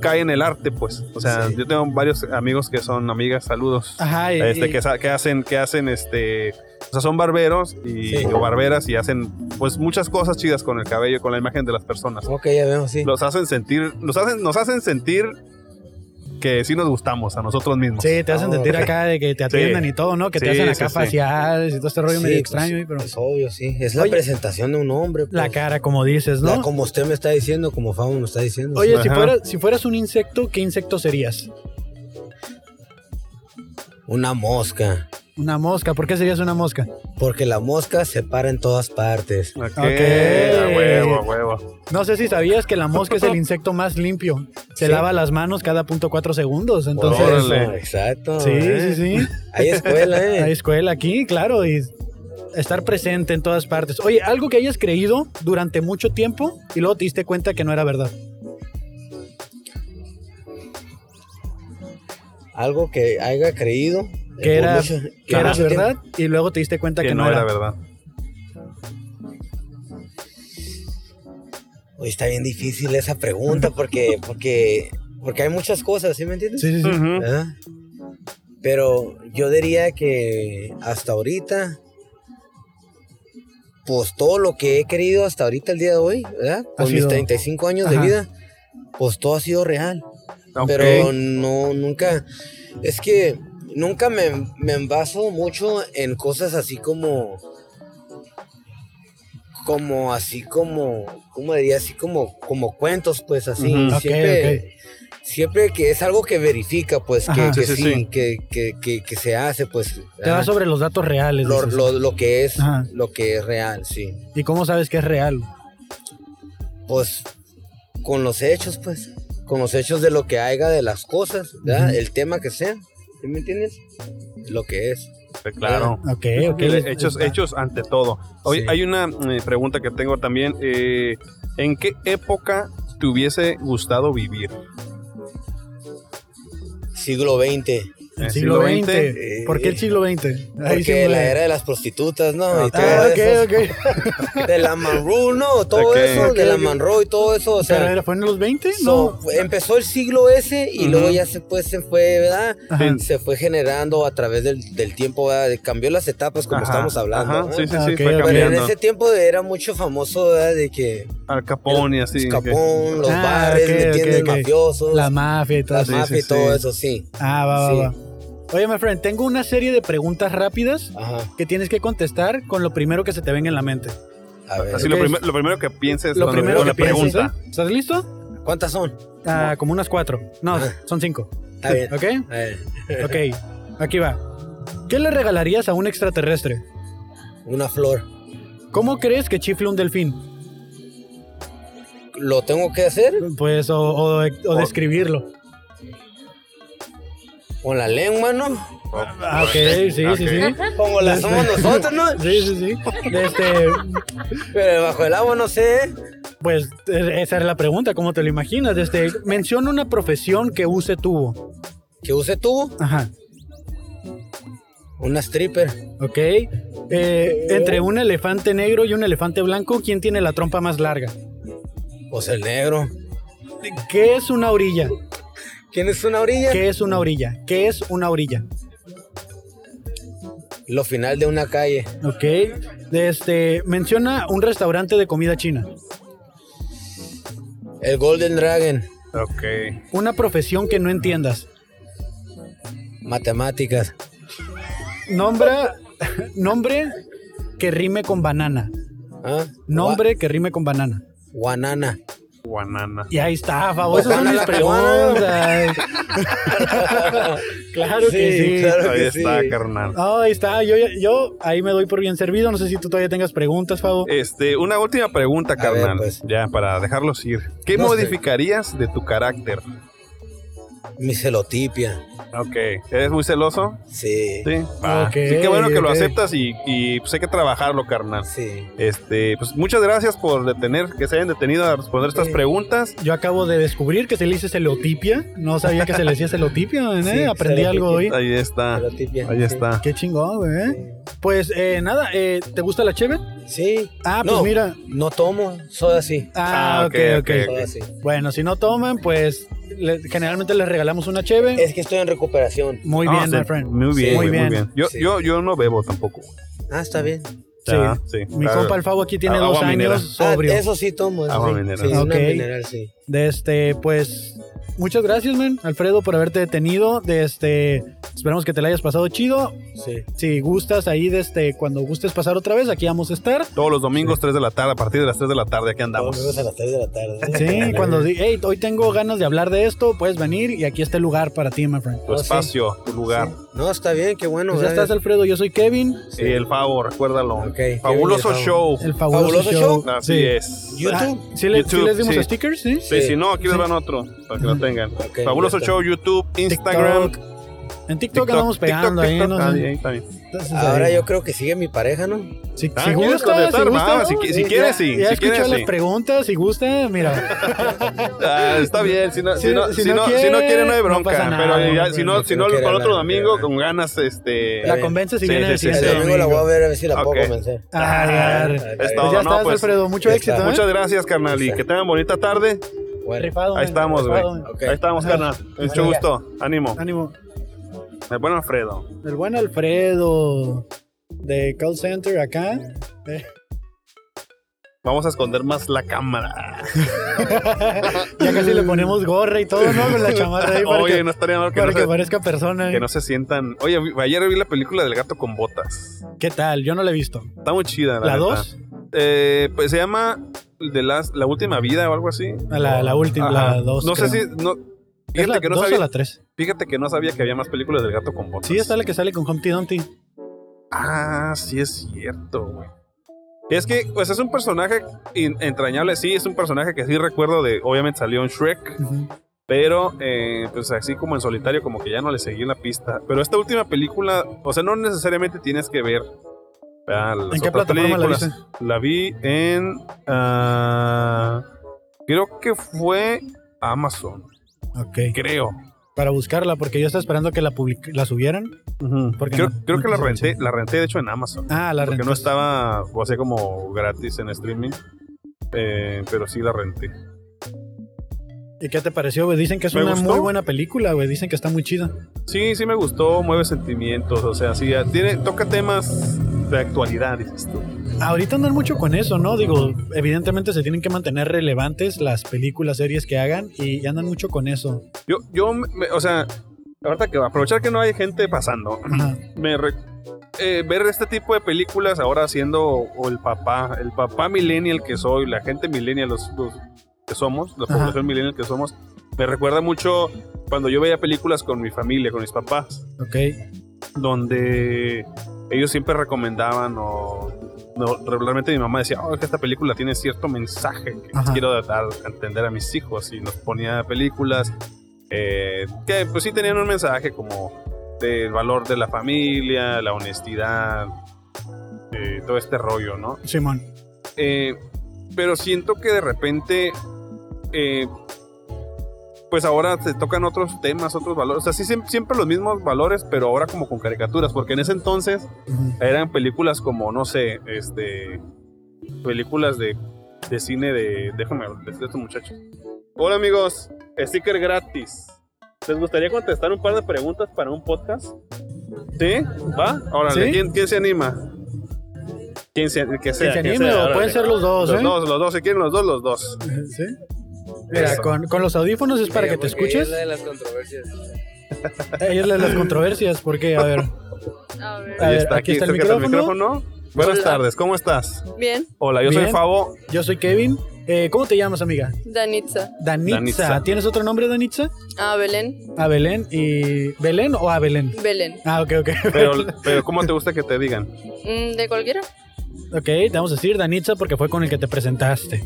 cae en el arte, pues. O sea,
Sí.
yo tengo varios amigos que son amigas, saludos.
Ajá, y-
Este,
y-
que, sa- que hacen, que hacen, este, o sea, son barberos y,
Sí.
o barberas y hacen, pues, muchas cosas chidas con el cabello, con la imagen de las personas
Ok, ya
pues
vemos, sí.
los hacen sentir, los hacen, nos hacen sentir que sí nos gustamos a nosotros mismos.
Sí, te hacen
Ah,
sentir
ok.
acá de que te atienden y todo, ¿no? Que te
Sí,
hacen
sí,
acá
sí.
faciales y todo este rollo
Sí,
medio
pues,
extraño, ahí, pero
Es obvio, sí. Es la
Oye,
presentación de un hombre. pues.
la cara, como dices, ¿no?
La- como usted me está diciendo, como Fabo me está diciendo.
Oye, si
Ajá.
fueras, si fueras un insecto, ¿qué insecto serías?
Una mosca.
Una mosca. ¿Por qué serías una mosca?
Porque la mosca se para en todas partes.
Ok,
Ok.
a huevo, a huevo.
Eh, No sé si sabías que la mosca
<laughs>
es el insecto más limpio. Se
Sí.
lava las manos cada punto cuatro segundos. Entonces.
Órale.
Exacto.
Sí,
¿eh? <laughs>
sí, sí.
Hay
<laughs>
escuela, ¿eh?
Hay escuela aquí, claro, y estar presente en todas partes. Oye, algo que hayas creído durante mucho tiempo y luego te diste cuenta que no era verdad.
Algo que haya creído.
Que
por
era,
mucho-
que
por
era
mucho
verdad y luego te diste cuenta que, no era.
verdad.
tiempo. Uy, está bien difícil esa pregunta porque, porque, porque hay muchas cosas, ¿sí me entiendes?
Sí, sí, sí.
Ujú.
¿Verdad? Pero yo diría que hasta ahorita, pues todo lo que he querido hasta ahorita el día de hoy, ¿verdad?
Ha
Con
sido-
mis 35 años
Ajá.
de vida, pues todo ha sido real.
Ok.
Pero no, nunca. Es que nunca me, me envaso mucho en cosas así como. Como así como. ¿Cómo diría? Así como, como cuentos, pues así.
Ujú.
Ok,
siempre,
ok.
siempre que es algo que verifica, pues que,
Ajá.
que
Sí, sí,
sí,
sí.
Que, que- que- que se hace, pues.
Te
ah,
vas sobre los datos reales.
lo,
dices.
lo- lo que es,
Ajá.
lo que es real, sí.
¿Y cómo sabes que es real?
pues con los hechos, pues, con los hechos de lo que haya de las cosas, ¿verdad?
Ujú.
El tema que sea, ¿sí me entiendes? Lo que es.
Claro.
Ok, ok.
Mire, hechos, hechos ante todo. Oye,
Sí.
hay una eh, pregunta que tengo también. eh, ¿En qué época te hubiese gustado vivir?
Siglo XX,
¿En
El siglo XX.
Eh,
¿Por qué el siglo XX? Ahí sí
porque
me-
la era de las prostitutas, ¿no? Y todo
Ah,
eso.
ok, ok. <laughs>
De la Monroe, ¿no? Todo
Ok.
eso,
Ok,
de la
ok.
Monroe y todo eso, o
¿Pero
sea...
era- fue en los 20?
so, fue- empezó el siglo ese y
Ujú.
luego ya se, pues, se fue, ¿verdad?
no. Ajá.
Se fue generando a través del, del tiempo, ¿verdad? Cambió las etapas como
Ajá,
estamos hablando.
ajá,
¿verdad?
sí, sí,
Ah,
sí,
ok,
fue
ok.
Pero en
cambiando.
ese tiempo era mucho famoso, ¿verdad? De que
Al Capone y así.
Capón, los
Ah,
bares,
ok,
¿me entiendes?
ok, ok.
Mafiosos,
La mafia y todo
la
eso.
sí,
mafia y
sí,
todo
sí.
eso, sí.
Ah, va, va,
Sí.
va. Oye, my friend, tengo una serie de preguntas rápidas
Ajá,
que tienes que contestar con lo primero que se te venga en la mente.
a ver.
Así lo,
Ok.
primer- lo primero que pienses
Lo
cuando
primero
con
que
la
pienses,
pregunta.
¿eh? ¿Estás listo?
¿Cuántas son?
Ah, como unas cuatro. No, son cinco.
Está bien.
¿Ok?
<laughs> A ver,
Ok. Aquí va. ¿Qué le regalarías a un extraterrestre?
una flor.
¿Cómo crees que chifle un delfín?
¿Lo tengo que hacer?
Pues, o, o- o describirlo.
Con la lengua, ¿no?
Ah, ok, sí, sí, sí. Este,
Como la somos nosotros, ¿no?
<laughs> Sí, sí, sí. Este,
Pero bajo el agua no sé.
pues, eh, esa era la pregunta, ¿cómo te lo imaginas? Este, menciona una profesión que use tubo.
¿Que use tubo?
Ajá.
Una stripper.
Ok. Eh, entre un elefante negro y un elefante blanco, ¿quién tiene la trompa más larga?
Pues el negro.
¿Qué es una orilla?
¿Quién es una orilla?
¿Qué es una orilla? ¿Qué es una orilla?
Lo final de una calle.
Ok. Este, menciona un restaurante de comida china.
El Golden Dragon.
Ok.
Una profesión que no entiendas.
Matemáticas.
Nombra, <laughs> nombre que rime con banana.
¿Ah?
Nombre que rime con banana.
Gua- Guanana.
Guanana.
Y ahí está,
Pues
favor. Esas son mis preguntas.
<laughs>
claro que
Sí,
sí.
claro
Ahí
que
está,
sí.
carnal.
Ah, ahí está. Yo, yo ahí me doy por bien servido. No sé si tú todavía tengas preguntas, Fabo.
Este, una última pregunta,
A ver,
carnal.
pues.
Ya, para dejarlos ir. ¿Qué
No sé.
modificarías de tu carácter?
Mi celotipia.
Ok. ¿Eres muy celoso?
Sí.
Sí. Ah,
Ok,
sí, qué bueno que lo
ok.
aceptas y, y, pues hay que trabajarlo, carnal.
Sí.
Este, pues muchas gracias por detener, que se hayan detenido a responder estas
Sí.
preguntas.
Yo acabo de descubrir que se le dice celotipia. No sabía que se le decía
<laughs>
celotipia. ¿eh?
Sí,
Aprendí
celotipia.
algo hoy.
Ahí está.
Celotipia.
Ahí
Sí.
está.
Qué chingón, ¿eh? Pues eh, nada, eh, ¿te gusta la cheve?
Sí.
Ah, pues
No.
mira.
No tomo, soy así.
Ah,
Ah,
ok,
ok,
ok.
ok.
Soy así.
Bueno, si no toman, pues le- generalmente les regalamos una cheve.
Es que estoy en recuperación.
Muy
Ah,
bien,
sí,
my friend.
Muy bien,
Sí,
güey, muy bien. Yo,
Sí.
yo, yo no bebo tampoco.
Ah, está bien.
Sí.
Ah, sí,
Mi
claro.
compa el Fabo aquí tiene
Agua
dos años
minera.
sobrio.
Ah, eso sí tomo. Eso
Agua
sí.
mineral.
Sí, una
Ok.
mineral, sí.
De este, pues, muchas gracias, men, Alfredo, por haberte detenido. De este, esperamos que te la hayas pasado chido.
Sí.
Si gustas ahí, de este, cuando gustes pasar otra vez, aquí vamos a estar.
Todos los domingos, 3 de la tarde, a partir de las 3 de la tarde, aquí
Todos los
andamos.
días a las 3 de la tarde. <laughs>
Sí, cuando di- hey, hoy tengo ganas de hablar de esto, puedes venir y aquí está el lugar para ti, my friend.
Tu
Oh, sí.
espacio, tu lugar.
No, está bien, qué bueno.
Pues ya
gracias.
estás, Alfredo. Yo soy Kevin.
Sí, Eh, el Favo, recuérdalo.
Ok, qué
Fabuloso
bien, el
Show.
El fabuloso,
Fabuloso
show.
Así
Sí.
es.
YouTube.
Ah, ¿sí, le- sí
YouTube,
les dimos
sí.
stickers, ¿sí?
Sí,
Sí.
si no, aquí les
Sí.
van otro para que lo tengan.
Ok,
Fabuloso
ya está.
Show, YouTube, Instagram.
TikTok. En TikTok, andamos pegando ahí,
TikTok,
no sé.
ahí, ahí está bien.
Entonces,
Ahora
ahí.
yo creo que sigue mi pareja, ¿no?
Si,
Ah,
si
¿quieres
gusta,
contestar?
si gusta, oh,
Va, si qui- si quieres, sí,
Ya
si
escuchó
quieres,
las
sí.
preguntas, si gusta, mira.
Ah, está bien, si no, si,
Si-
no,
si
si,
no
no,
quiere,
si no quiere, no hay
no
bronca.
pasa nada,
pero ya,
no,
si
no,
no,
no
si no,
quiere
para otro
hablar,
domingo,
pero-
con ganas, este.
la
bien.
convences y
Sí,
viene
sí,
el
sí,
El
siguiente
sí.
domingo la voy a ver a ver si la
Ok.
puedo convencer.
Ah,
Ah,
pues
es
ya
todo, ¿no?
estás,
Pues,
Alfredo. Mucho
ya
éxito.
está.
¿eh?
Muchas gracias, carnal. Y que tengan bonita tarde.
Bueno,
Rifado,
<laughs> Ahí
men,
estamos, güey.
rifado, men.
ok.
Ahí estamos,
Ajá.
carnal. Mucho
Venga.
gusto. Ánimo.
Ánimo.
Me pone Alfredo.
El buen Alfredo de Call Center acá.
Vamos a esconder más la cámara.
Ya casi le ponemos gorra y todo, ¿no? Con la chamarra ahí
<laughs>
para,
Oye,
que,
no estaría mal que no,
para que
se,
parezca persona. ¿eh?
que no se sientan. Oye, vi- ayer vi la película del gato con botas.
¿Qué tal? Yo no la he visto.
Está muy chida.
¿La
neta.
2?
Eh, pues se llama de las, La Última Vida o algo así.
Ah, La, la última,
Ajá.
la 2.
No sé si. No,
¿Es la
fíjate, que no
2 o
sabía,
la 3?
fíjate que no sabía que había más películas del gato con botas.
Sí, está la que sale con Humpty Dumpty.
Ah, sí es cierto, güey. Es que, pues es un personaje in- entrañable, sí, es un personaje que sí recuerdo de, obviamente salió en Shrek, pero eh, pues así como en solitario, como que ya no le seguí la pista. Pero esta última película, o sea, no necesariamente tienes que ver. ah, las
¿En qué
otras
plataforma la
películas.
viste?
La vi en. ah, creo que fue Amazon.
Ok.
Creo.
Para buscarla, porque yo estaba esperando que la, public- la subieran. ¿Por qué
Creo,
no?
creo
No
que la
te
renté,
escuché.
la renté de hecho en Amazon.
Ah, la
porque
renté.
no estaba o sea, como gratis en streaming. eh, pero sí la renté.
¿Y qué te pareció, güey? Dicen que es
¿Me
una
gustó?
muy buena película, güey. Dicen que está muy chida.
Sí, sí me gustó, mueve sentimientos, o sea, sí, tiene, toca temas de actualidad, dices tú.
Ahorita andan mucho con eso, ¿no? Digo, evidentemente se tienen que mantener relevantes las películas, series que hagan y andan mucho con eso.
Yo, yo, me- o sea, ahorita que aprovechar que no hay gente pasando,
Ajá.
<clears throat> me re- eh, ver este tipo de películas ahora siendo o el papá, el papá millennial que soy, la gente millennial los, los que somos, la
Ajá.
población millennial que somos, me recuerda mucho cuando yo veía películas con mi familia, con mis papás,
Ok.
donde ellos siempre recomendaban o no, regularmente mi mamá decía, oh, es que esta película tiene cierto mensaje que les
Ajá.
quiero dar a entender a mis hijos y nos ponía películas eh, que pues sí tenían un mensaje como del valor de la familia, la honestidad, eh, todo este rollo, ¿no?
Simón.
Eh, pero siento que de repente, eh, pues ahora se tocan otros temas, otros valores. O sea, sí, siem- siempre los mismos valores, pero ahora como con caricaturas. Porque en ese entonces
Ujú.
eran películas como, no sé, este. Películas de, de cine de. Déjame hablar de estos muchachos. Hola amigos, sticker gratis. ¿Les gustaría contestar un par de preguntas para un podcast? ¿Sí? ¿Va? Órale,
¿Sí?
¿Quién, quién se anima? ¿Quién se, que sea,
Que se
que
anime
sea,
o
órale.
pueden ser los dos,
Los
¿eh?
dos, los dos, si quieren los dos, los dos.
Sí. Mira,
Eso.
con, con los audífonos es para que te
Porque ella
escuches.
Es la de las controversias.
Ahí es la de las controversias, porque, a ver,
A ver.
A ver, aquí está el
cerca del
micrófono.
micrófono. Buenas
Hola.
tardes, ¿cómo estás?
Bien,
Hola, yo soy
Bien.
Favo.
yo soy Kevin. Eh, ¿Cómo te llamas, amiga?
Danitza.
Danitza.
Danitza.
¿Tienes otro nombre, Danitza?
Ah, Belén.
A Belén y... ¿Belén o a Belén?
Belén.
Ah, ok, ok. <laughs>
Pero, pero ¿cómo te gusta que te digan?
Mm, ¿De cualquiera?
ok, te vamos a decir Danitza porque fue con el que te presentaste.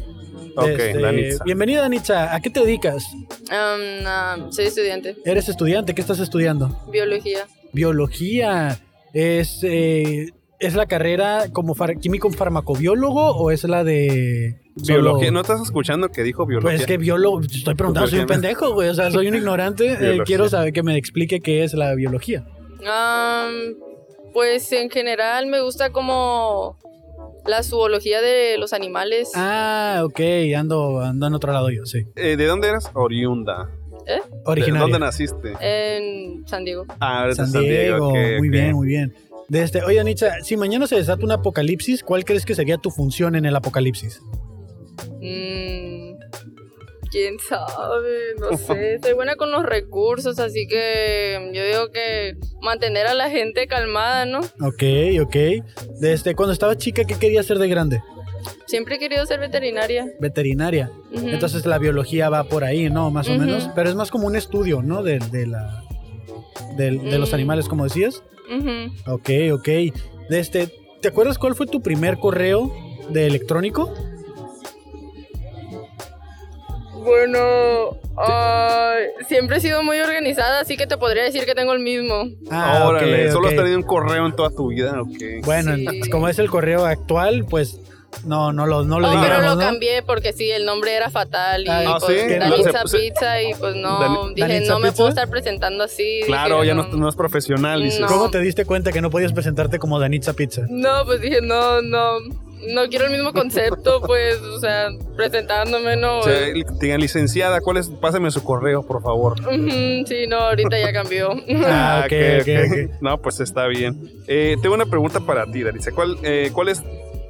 Ok,
Este,
Danitza.
Bienvenida, Danitza. ¿A qué te dedicas?
Am, ah, soy estudiante.
¿Eres estudiante? ¿Qué estás estudiando?
Biología.
Biología. ¿Es, eh, ¿es la carrera como far- químico farmacobiólogo o es la de...
Biología,
solo-
¿no estás escuchando que dijo biología?
Pues es que biólogo, estoy preguntando, soy un pendejo, güey. O sea, soy un ignorante. eh,
Biología.
quiero saber que me explique qué es la biología.
Am, pues en general me gusta como la zoología de los animales.
Ah, ok, ando, ando en otro lado yo, sí.
<laughs> Eh, ¿De dónde eras? Oriunda.
Original.
¿De dónde naciste?
En San Diego.
Ah, eres de
San Diego,
ok,
muy
ok.
bien, muy bien. De este, oye, Anitza, si mañana se desata un apocalipsis, ¿cuál crees que sería tu función en el apocalipsis?
Mm, ¿Quién sabe? No sé. Soy buena con los recursos, así que yo digo que mantener a la gente calmada, ¿no?
Ok, ok. De este, cuando estaba chica, ¿qué quería ser de grande?
Siempre he querido ser veterinaria.
Veterinaria.
Ujú.
Entonces la biología va por ahí, ¿no? Más o
Ujú.
menos. Pero es más como un estudio, ¿no? De, de la, del- de los
Mm.
animales, como decías.
Ujú.
Ok, ok. De este, ¿Te acuerdas cuál fue tu primer correo de electrónico?
Bueno, ay, siempre he sido muy organizada, así que te podría decir que tengo el mismo.
Ah, ok,
Órale, solo has
ok.
tenido un correo en toda tu vida, ok.
Bueno,
Sí.
en- como es el correo actual, pues no, no lo, no lo
Oh, pero
digamos,
lo
¿no?
cambié porque sí, el nombre era fatal y
Ah,
pues,
¿sí?
Danitza
No, se- se-
Pizza y pues no,
Dan-
dije,
¿Danitza
no me
Pizza?
puedo estar presentando así.
Claro,
dije,
ya no, no es profesional, dices.
No.
¿Cómo te diste cuenta que no podías presentarte como Danitza Pizza?
No, pues dije, no, no, no quiero el mismo concepto, <laughs> pues, o sea, presentándome, no.
O sea, digan, licenciada, ¿cuál es? Pásame su correo, por favor.
Ujú, Sí, no, ahorita ya cambió.
Ah, ok,
ok,
ok,
ok. <laughs> No, pues está bien. Eh, tengo una pregunta para ti, Darice. ¿Cuál, eh, cuál es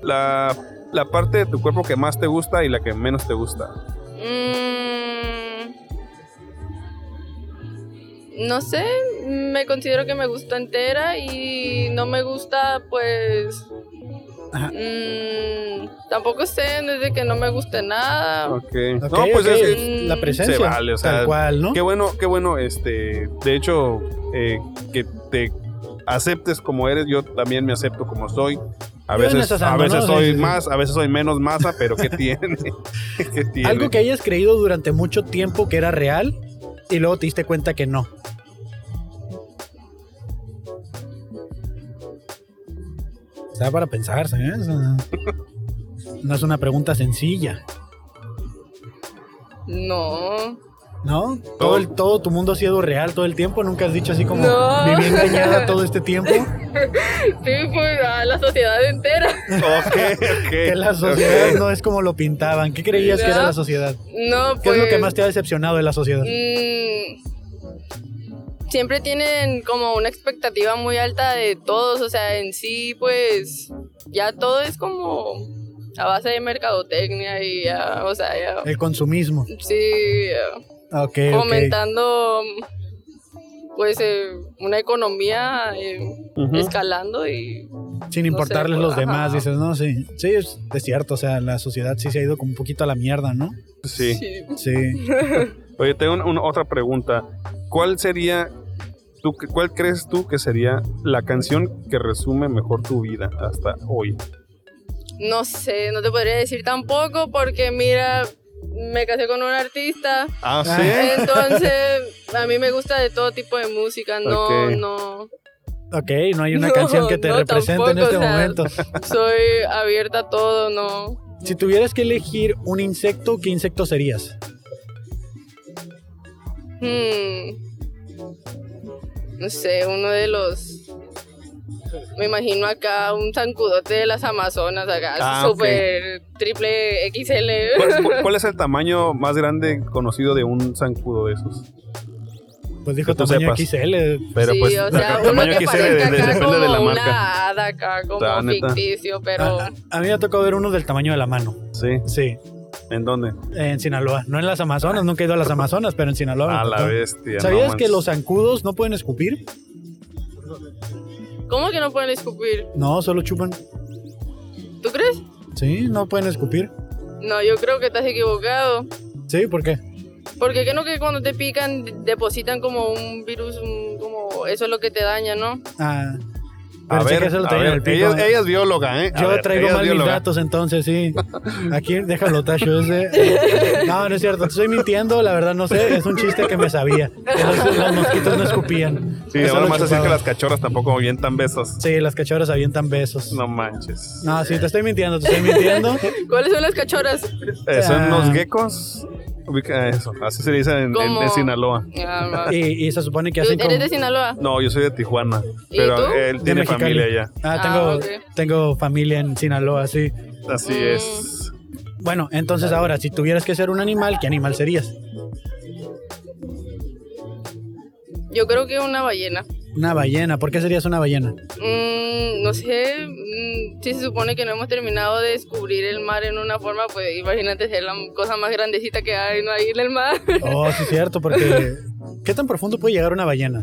la, la parte de tu cuerpo que más te gusta y la que menos te gusta?
Mm, No sé, me considero que me gusta entera y no me gusta, pues. mm, tampoco sé, desde que no me guste nada.
Ok.
Ok,
no, pues
ok,
es- es,
la presencia.
se vale, o sea,
tal cual, ¿no?
Qué bueno, qué bueno, este, de hecho, eh, que te aceptes como eres, yo también me acepto como soy. A
Yo en
veces,
esas
a
ando,
veces
¿no? Sí,
soy
sí, sí.
más, a veces soy menos masa, pero ¿qué <laughs> tiene? ¿Qué tiene?
Algo que hayas creído durante mucho tiempo que era real y luego te diste cuenta que no. Está para pensarse, ¿eh? O sea, No es una pregunta sencilla,
No. <laughs>
¿no? Todo, el, todo tu mundo ha sido real todo el tiempo, nunca has dicho así como
No.
viví engañada todo este tiempo.
<laughs> Sí, pues a la sociedad entera.
Ok, ok.
Que la sociedad no es como lo pintaban. ¿Qué creías que era
No.
la sociedad?
No,
¿Qué
pues.
es lo que más te ha decepcionado de la sociedad?
mm, siempre tienen como una expectativa muy alta de todos, o sea, en sí, pues ya todo es como a base de mercadotecnia y ya, o sea, ya,
El consumismo.
sí, ya,
Ok, ok.
fomentando pues eh, una economía eh,
Ujú.
escalando y
Sin
No
importarles
pues,
sé, pues,
los
ajá.
demás, dices, no, sí. Sí, es, es cierto, o sea, la sociedad sí se ha ido como un poquito a la mierda, ¿no?
Sí.
sí.
Sí.
Oye, tengo un- una- otra pregunta. ¿Cuál sería, tú, cuál crees tú que sería la canción que resume mejor tu vida hasta hoy?
no sé, no te podría decir tampoco porque mira, me casé con un artista
Ah,
¿sí?
Entonces, a mí me gusta de todo tipo de música, no,
Ok.
no.
Ok, no hay una
No,
canción que te
no,
represente en
tampoco,
este
o sea.
momento.
Soy abierta a todo, no.
Si tuvieras que elegir un insecto, ¿qué insecto serías?
Hmm. No sé, uno de los. Me imagino acá un zancudote de las Amazonas, acá,
Ah, ok.
súper triple XL.
¿Cuál, cuál- cuál es el tamaño más grande conocido de un zancudo de esos?
Pues dijo
Que tú
tamaño
sepas.
XL.
Pero
sí,
pues la-
o sea,
el
uno
tamaño
que
que sea de-
parezca
de-
acá
depende de la
como
marca.
una hada, acá como
Ah, neta.
ficticio, pero.
A, a- a mí me ha tocado ver uno del tamaño de la mano.
Sí,
Sí,
¿en dónde?
en Sinaloa. No en las Amazonas, nunca he ido a las Amazonas, pero en Sinaloa. me
A la
tocó.
bestia. no
¿Sabías que
manches.
los zancudos no pueden escupir?
¿Cómo que no pueden escupir?
No, solo chupan.
¿Tú crees?
Sí, no pueden escupir.
No, yo creo que estás equivocado.
Sí, ¿por qué?
Porque que no que cuando te pican de- depositan como un virus, un- como eso es lo que te daña, ¿no?
Ah,
A
pero sé
ver,
que eso lo
a
traía en
ver,
el pico,
ella,
eh.
ella es bióloga, ¿eh? A
Yo
ver,
traigo
ella es
mal mis
bióloga.
datos, entonces <laughs> sí. Aquí déjalo, Tacho. Ese. No, no es cierto. Estoy mintiendo, la verdad no sé. Es un chiste que me sabía. Que los, los mosquitos no escupían.
Sí,
Que
ahora
solo
más así que
chupaban.
las cachorras tampoco avientan besos.
Sí, las cachorras avientan besos.
No
No.
manches.
sí, te estoy mintiendo, te estoy mintiendo.
<laughs> ¿Cuáles son las cachorras?
Eh, son
Ah.
los geckos. Ubica eh, eso, así se dice en, en-
Como-
en Sinaloa.
Ah, ma.
Y, y se supone que
¿Tú
hacen como...
¿Eres de Sinaloa?
No, yo soy de Tijuana,
¿Y tú?
pero él
de
tiene
Mexicali.
familia allá.
Ah, tengo,
Ah, ok.
tengo familia en Sinaloa, sí.
Así
Mm.
es.
Bueno, entonces ahora, si tuvieras que ser un animal, ¿qué animal serías?
Yo creo que una ballena.
Una ballena. ¿Por qué serías una ballena?
Mm, no sé, mm, si se supone que no hemos terminado de descubrir el mar en una forma, pues imagínate ser la cosa más grandecita que hay, no hay en el mar.
Oh, sí, es cierto, porque... ¿Qué tan profundo puede llegar una ballena?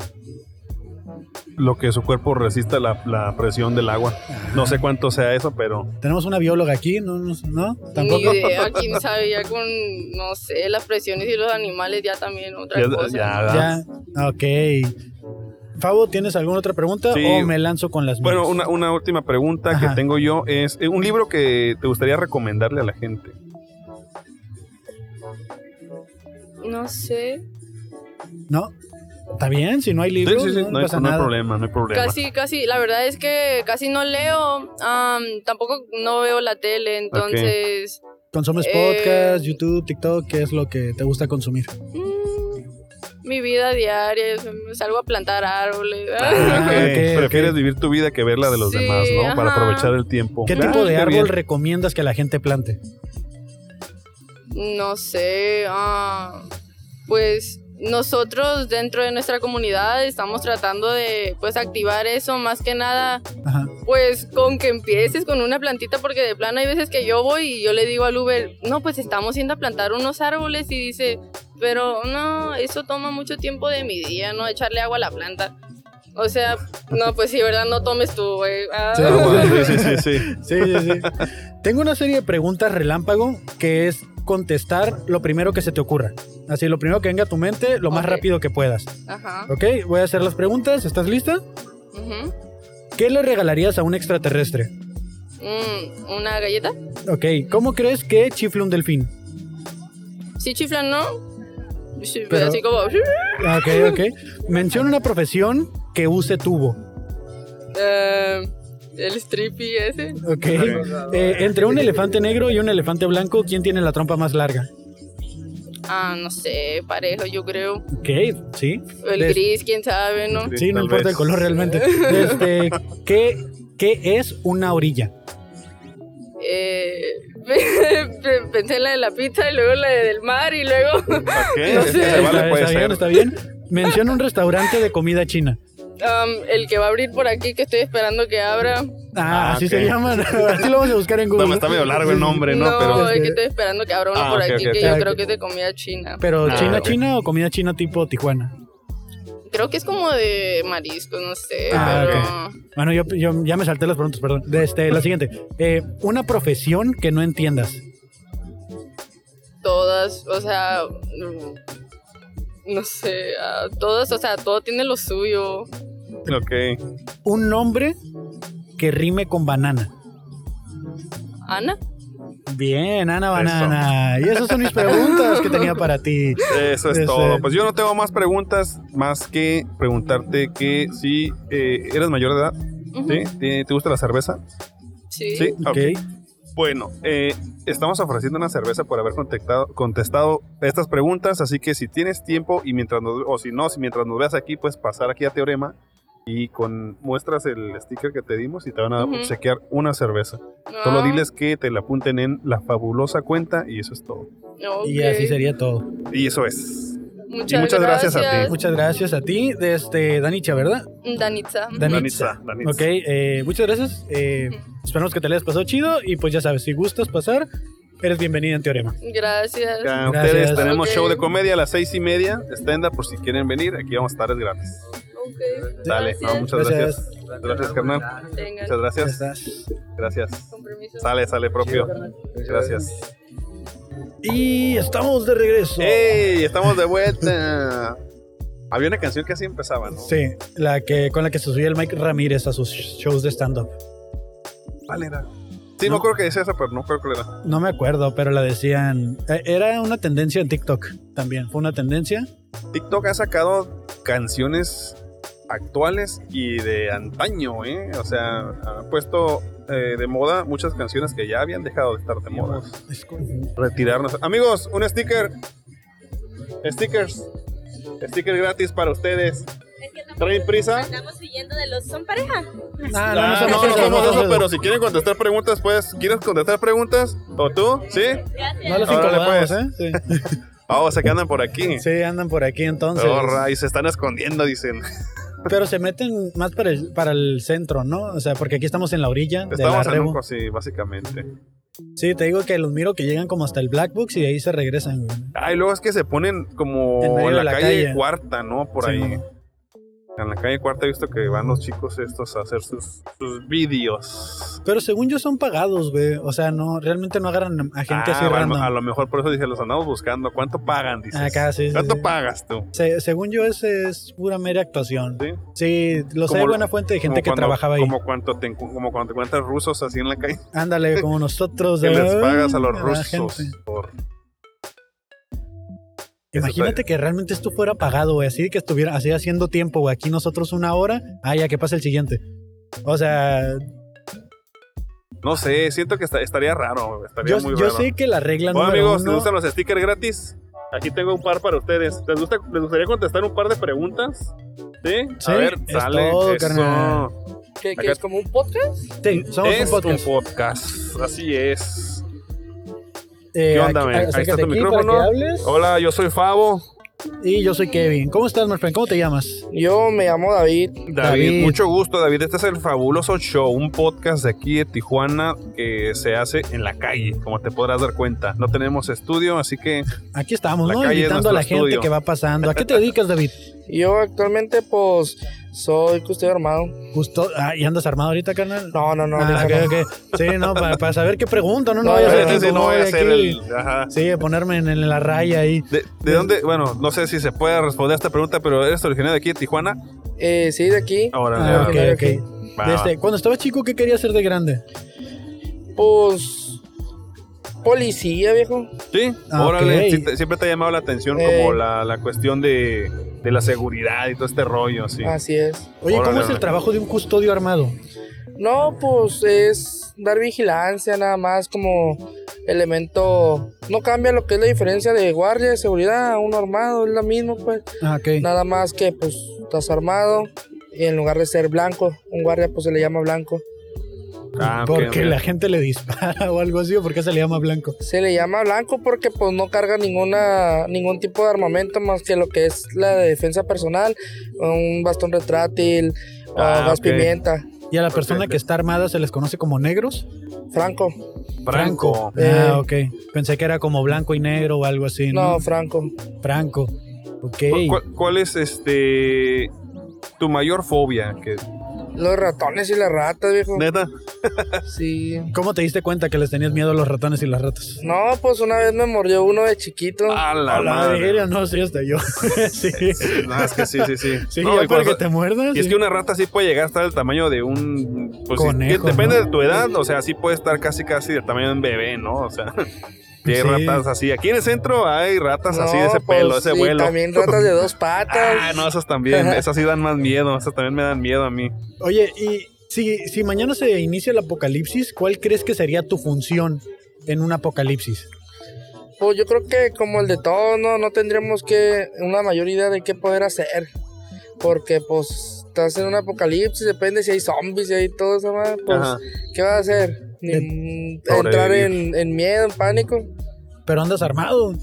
Lo que su cuerpo resista la, la presión del agua. No sé cuánto sea eso, pero
Tenemos una bióloga aquí, ¿no? no- ¿No? <laughs>
Ni
¿Tampoco?
idea, quién sabe, ya con, no sé, las presiones y los animales ya también otra
ya,
cosa.
ya-
Ya, ok. Fabo, ¿tienes alguna otra pregunta
Sí.
o me lanzo con las mías?
Bueno, una, una última pregunta
Ajá.
que tengo yo es eh, un libro que te gustaría recomendarle a la gente.
No sé.
¿No? Está bien, si no hay libros,
sí, sí, sí,
no,
no, hay,
pasa
no hay
nada.
problema, no hay problema.
Casi, casi, la verdad es que casi no leo, am, tampoco no veo la tele, entonces
Consumes
Eh,
podcast, YouTube, TikTok, ¿qué es lo que te gusta consumir?
Pues
mm, mi vida diaria, salgo a plantar árboles.
Ah, ok,
ok,
Prefieres
ok.
vivir tu vida que ver la de los
Sí,
demás, ¿no? Para
ajá.
aprovechar el tiempo.
¿Qué
Ah,
tipo de
está
árbol
bien.
recomiendas que la gente plante?
No sé, ah, pues nosotros dentro de nuestra comunidad estamos tratando de pues activar eso más que nada
Ajá.
pues con que empieces con una plantita porque de plano hay veces que yo voy y yo le digo al Uber, no, pues estamos yendo a plantar unos árboles y dice, pero no, eso toma mucho tiempo de mi día, no echarle agua a la planta. O sea, no, pues sí, ¿verdad? No tomes tú, güey. Ah.
Sí,
Ah, bueno, sí, sí, sí, sí.
Sí, sí, sí. Tengo una serie de preguntas relámpago que es contestar lo primero que se te ocurra. Así, lo primero que venga a tu mente, lo más
Ok.
rápido que puedas.
Ajá.
Ok, voy a hacer las preguntas. ¿Estás lista?
ujú.
¿Qué le regalarías a un extraterrestre?
Mm, ¿Una galleta?
Ok, ¿cómo crees que chifle un delfín?
Sí, chiflan, ¿no? Sí,
Pero-
Así como...
Ok,
<laughs>
ok. Menciona una profesión que use tubo.
eh, el strippy ese.
Ok. Eh, entre un elefante negro y un elefante blanco, ¿quién tiene la trompa más larga?
Ah, no sé, parejo, yo creo.
Ok, sí.
El
Des-
gris, quién sabe, ¿no?
Sí, no
Tal
importa el
vez.
color realmente. Este, ¿qué, ¿Qué es una orilla?
Eh, <laughs> pensé en la de la pizza y luego la de del mar y luego <laughs>
Ok,
No
se
sé.
vale,
está,
puede
está bien,
ser.
está bien. Menciona un restaurante de comida china.
am, um, el que va a abrir por aquí que estoy esperando que abra.
Ah,
Ah,
así
ok.
se llaman. <laughs> Así lo vamos a buscar en Google.
No,
Este,
me está medio largo el nombre, ¿no? Pero
es Oh, que estoy esperando que abra uno
Ah,
por
ok,
aquí
ok,
que
ok.
yo
Ah,
creo
ok.
que es de comida china.
Pero
Ah,
China
ok.
China o comida china tipo Tijuana.
Creo que es como de mariscos, no sé,
Ah,
Eh, pero
Bueno, yo, yo ya me salté las preguntas, perdón. De Este, la siguiente. Eh, una profesión que no entiendas.
todas, o sea, mm, no sé, ah, todas, o sea, todo tiene lo suyo.
ok.
Un nombre que rime con banana.
Ana,
Bien, Ana Banana. Y esas son mis preguntas que tenía para ti.
Eso es
Este-
todo. Pues yo no tengo más preguntas más que preguntarte que si eh, eres mayor de edad,
Ujú.
¿sí? ¿Te, te gusta la cerveza?
sí.
Sí.
Ok.
Bueno, eh, estamos ofreciendo una cerveza por haber contactado- contestado estas preguntas, así que si tienes tiempo y mientras nos, o si no, si mientras nos veas aquí, puedes pasar aquí a Teorema y con muestras el sticker que te dimos y te van a
Ujú. Ah.
obsequiar una cerveza. Solo diles que te la apunten en la fabulosa cuenta y eso es todo.
Y así sería todo.
Y eso es.
Muchas,
Y muchas gracias a ti.
Muchas gracias a ti, de este, Danicha, ¿verdad?
Danitza.
Danitza. Danitza.
Ok, eh, muchas gracias. Eh, esperamos que te la hayas pasado chido. Y pues ya sabes, si gustas pasar, eres bienvenida en Teorema.
Gracias.
Ya,
Gracias.
ustedes tenemos
Ok.
show de comedia a las seis y media. Estenda por si quieren venir. Aquí vamos a estar, es gratis.
Ok.
Dale, no,
Gracias.
muchas gracias. Gracias, carnal.
Tengan
Muchas
Ya
gracias.
estás.
Gracias.
compromiso.
Sale, sale propio. Gracias.
Y estamos de regreso.
¡Ey! Estamos de vuelta. Había una canción que así empezaba, ¿no?
Sí, la que, con la que se subía el Mike Ramírez a sus shows de stand-up.
¿Cuál era? Sí, no, creo que decía esa, pero no creo que era.
No me acuerdo, pero la decían. eh, Era una tendencia en TikTok también. Fue una tendencia.
TikTok ha sacado canciones actuales y de antaño, ¿eh? O sea, ha puesto eh, de moda muchas canciones que ya habían dejado de estar de moda. retirarnos. Amigos, un sticker. Stickers. Sticker gratis para ustedes. ¿Traen prisa?
Estamos huyendo de los. ¿Son pareja?
Ah,
Ah,
somos
no, no
eso,
somos
no
eso,
somos
pero si quieren contestar preguntas, pues, ¿quieres contestar preguntas? ¿O tú? ¿Sí?
Gracias.
No los
Órale, pues.
incomodamos, ¿eh?
Ah, o sea, que andan por aquí.
<laughs> Sí. Sí, andan por aquí entonces.
Ahorra, y se están escondiendo, dicen.
Pero se meten más para el, para el centro, ¿no? O sea, porque aquí estamos en la orilla de la
Estamos en
Rebu.
un sí, básicamente.
Sí, te digo que los miro que llegan como hasta el Black Books y de ahí se regresan. güey.
Ah, y luego es que se ponen
En
como
medio
en la,
de la
calle,
calle.
cuarta, ¿no? Por
Sí,
ahí.
mamá.
En la calle cuarta he visto que van los chicos estos a hacer sus, sus vídeos.
Pero según yo son pagados, güey. O sea, no, realmente no agarran a gente
Ah,
así
a lo-
random.
a lo mejor por eso dije, los andamos buscando. ¿Cuánto pagan? Dices.
Acá, sí, sí,
¿Cuánto
sí.
pagas tú?
Se- según yo, ese es pura mera actuación.
¿Sí?
Sí, los
Como
hay
lo-
buena fuente de gente
Como
que
cuando-
trabajaba ahí.
Como cuando, te, encu- como cuando te encuentras rusos así en la calle.
Ándale,
<laughs>
como nosotros.
Que
de-
les pagas a los
la
rusos.
gente.
por-
Imagínate que realmente esto fuera pagado, güey. Así que estuviera así haciendo tiempo, güey. Aquí nosotros una hora. Ah, ya que pasa el siguiente. O sea,
No sé, siento que esta- estaría raro. güey, Estaría
yo,
muy
yo
raro.
sé que la regla
Bueno,
número
amigos,
uno-
¿les gustan los stickers gratis? Aquí tengo un par para ustedes. ¿Les, gusta, les gustaría contestar un par de preguntas? ¿Sí?
Sí,
a ver,
es
sale.
todo,
eso.
carnal.
¿Qué,
qué es
como un podcast?
Sí, somos
es
un podcast.
Así es.
Eh,
¿Qué onda,
aquí-
men? Ahí
acércate
está tu
aquí
micrófono.
para que hables.
Hola, yo soy Favo.
Y yo soy Kevin. ¿Cómo estás, Marfan? ¿Cómo te llamas?
Yo me llamo David.
David,
David.
mucho gusto, David. Este es el Fabuloso Show, un podcast de aquí de Tijuana que se hace en la calle, como te podrás dar cuenta. No tenemos estudio, así que <laughs>
Aquí estamos,
La
¿no?
calle es
Invitando a la
nuestro
gente
estudio.
que va pasando. ¿A qué te dedicas, David?
<laughs> Yo actualmente, pues, soy custodiano armado.
Justo. Ah, ¿y andas armado ahorita, carnal?
No, no, no.
Ah,
deja-
ok, ok. Sí, no,
<laughs>
para, para saber qué pregunta, no, no,
No,
vaya a ser
no,
que
Este sí, no
incomode
voy a ser
aquí.
el. Ajá.
Sí, ponerme en, en la raya ahí.
¿De, de dónde? Bueno, no sé si se puede responder a esta pregunta, pero ¿eres originario de aquí de Tijuana?
Eh, sí, de aquí.
Ahora,
Ah, ok,
ok,
ok.
va, va.
Desde- este, cuando estaba chico, ¿qué querías ser de grande?
Pues, policía, viejo.
Sí,
Ah,
órale.
ok.
sí te- siempre te ha llamado la atención
Eh.
como la, la cuestión de, de la seguridad y todo este rollo, así.
Así es.
Oye, ¿cómo
Órale,
es el
órale.
trabajo de un custodio armado?
No, pues es dar vigilancia nada más como elemento. No cambia lo que es la diferencia de guardia de seguridad a uno armado, es lo mismo, pues.
Ah, ok.
Nada más que pues estás armado y en lugar de ser blanco, un guardia pues se le llama blanco.
Ah, ok,
Porque
ok.
la gente le dispara <laughs> o algo así, o porque se le llama blanco.
Se le llama blanco porque pues no carga ninguna ningún tipo de armamento más que lo que es la de defensa personal, un bastón retrátil, o
Ah,
gas
ok.
pimienta,
Y a la
Ok,
persona
ok.
que está armada se les conoce como negros.
franco.
Franco. Eh.
Ah, ok. Pensé que era como blanco y negro o algo así. No,
No, franco.
franco. Ok.
¿Cu- cuál- ¿Cuál es este tu mayor fobia? Que,
Los ratones y las ratas, viejo.
neta,
<laughs> Sí.
¿Cómo te diste cuenta que les tenías miedo a los ratones y las ratas?
No, pues una vez me mordió uno de chiquito.
a la
A la
madre.
verga, Ah, no, sí, hasta yo. <laughs> sí.
No, es que sí, sí, sí.
<laughs> Sí,
No,
ya
y
para
cuando-
que te muerdas.
Y es
sí.
que una rata sí puede llegar hasta el tamaño de un... Pues, sí,
Conejo,
depende
¿no?
de tu edad, o sea, sí puede estar casi casi del tamaño de un bebé, ¿no? O sea, <laughs> sí hay
Sí.
ratas así. Aquí en el centro hay ratas así de ese
No, pues,
pelo, de ese
sí,
vuelo.
También ratas de dos patas.
<laughs> Ah, no, esas también, esas sí dan más miedo, esas también me dan miedo a mí.
Oye, y si, si mañana se inicia el apocalipsis, ¿cuál crees que sería tu función en un apocalipsis?
Pues yo creo que como el de todos, no, no tendríamos que una mayor idea de qué poder hacer. Porque pues estás en un apocalipsis, depende si hay zombies, si hay todo eso, madre, pues
Ajá.
¿qué vas a hacer? Ni- entrar en, en miedo, en pánico.
Pero andas armado.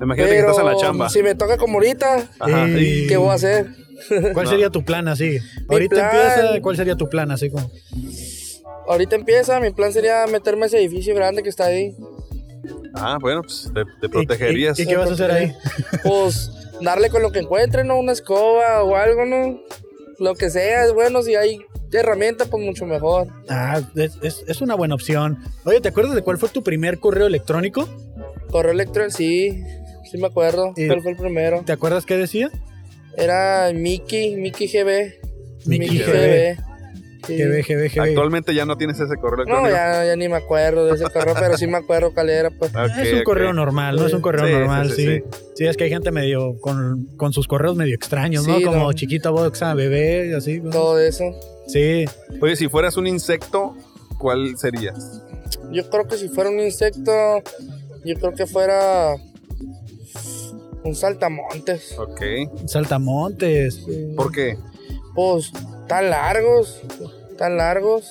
Imagínate que estás en la chamba.
si me toca como ahorita,
Ajá,
Eh,
¿qué voy a hacer?
¿Cuál
No.
sería tu plan así? Ahorita
plan-
empieza, ¿cuál sería tu plan así como?
Ahorita empieza, mi plan sería meterme a ese edificio grande que está ahí.
Ah, bueno, pues te, te
¿Y-
protegerías.
¿Y, y qué vas a hacer ahí?
pues darle con lo que encuentren, ¿no? Una escoba o algo, ¿no? Lo que sea, es bueno, si hay herramienta, pues mucho mejor.
Ah, es, es- es una buena opción. Oye, ¿te acuerdas de cuál fue tu primer correo electrónico?
Correo electrónico, sí, sí me acuerdo.
Y-
¿Cuál fue el primero?
¿Te acuerdas qué decía?
Era Mickey, Mickey GB.
Mickey
sí.
GB, GB, GB.
Actualmente ya no tienes ese correo
No,
electrónico.
ya, ya ni me acuerdo de ese correo, pero sí me acuerdo cuál era, pues.
Ah, Ok,
es un
ok.
correo normal, no es un correo
Sí, sí,
normal, sí
sí,
sí,
sí.
es que hay gente medio con, con sus correos medio extraños, ¿no?
Sí,
Como
no.
chiquita boxa, bebé, así. cosas.
Todo eso.
Sí,
Oye, si fueras un insecto, ¿cuál serías?
Yo creo que si fuera un insecto, yo creo que fuera un saltamontes.
Ok.
saltamontes.
Sí.
¿Por qué?
Pues tan largos, tan largos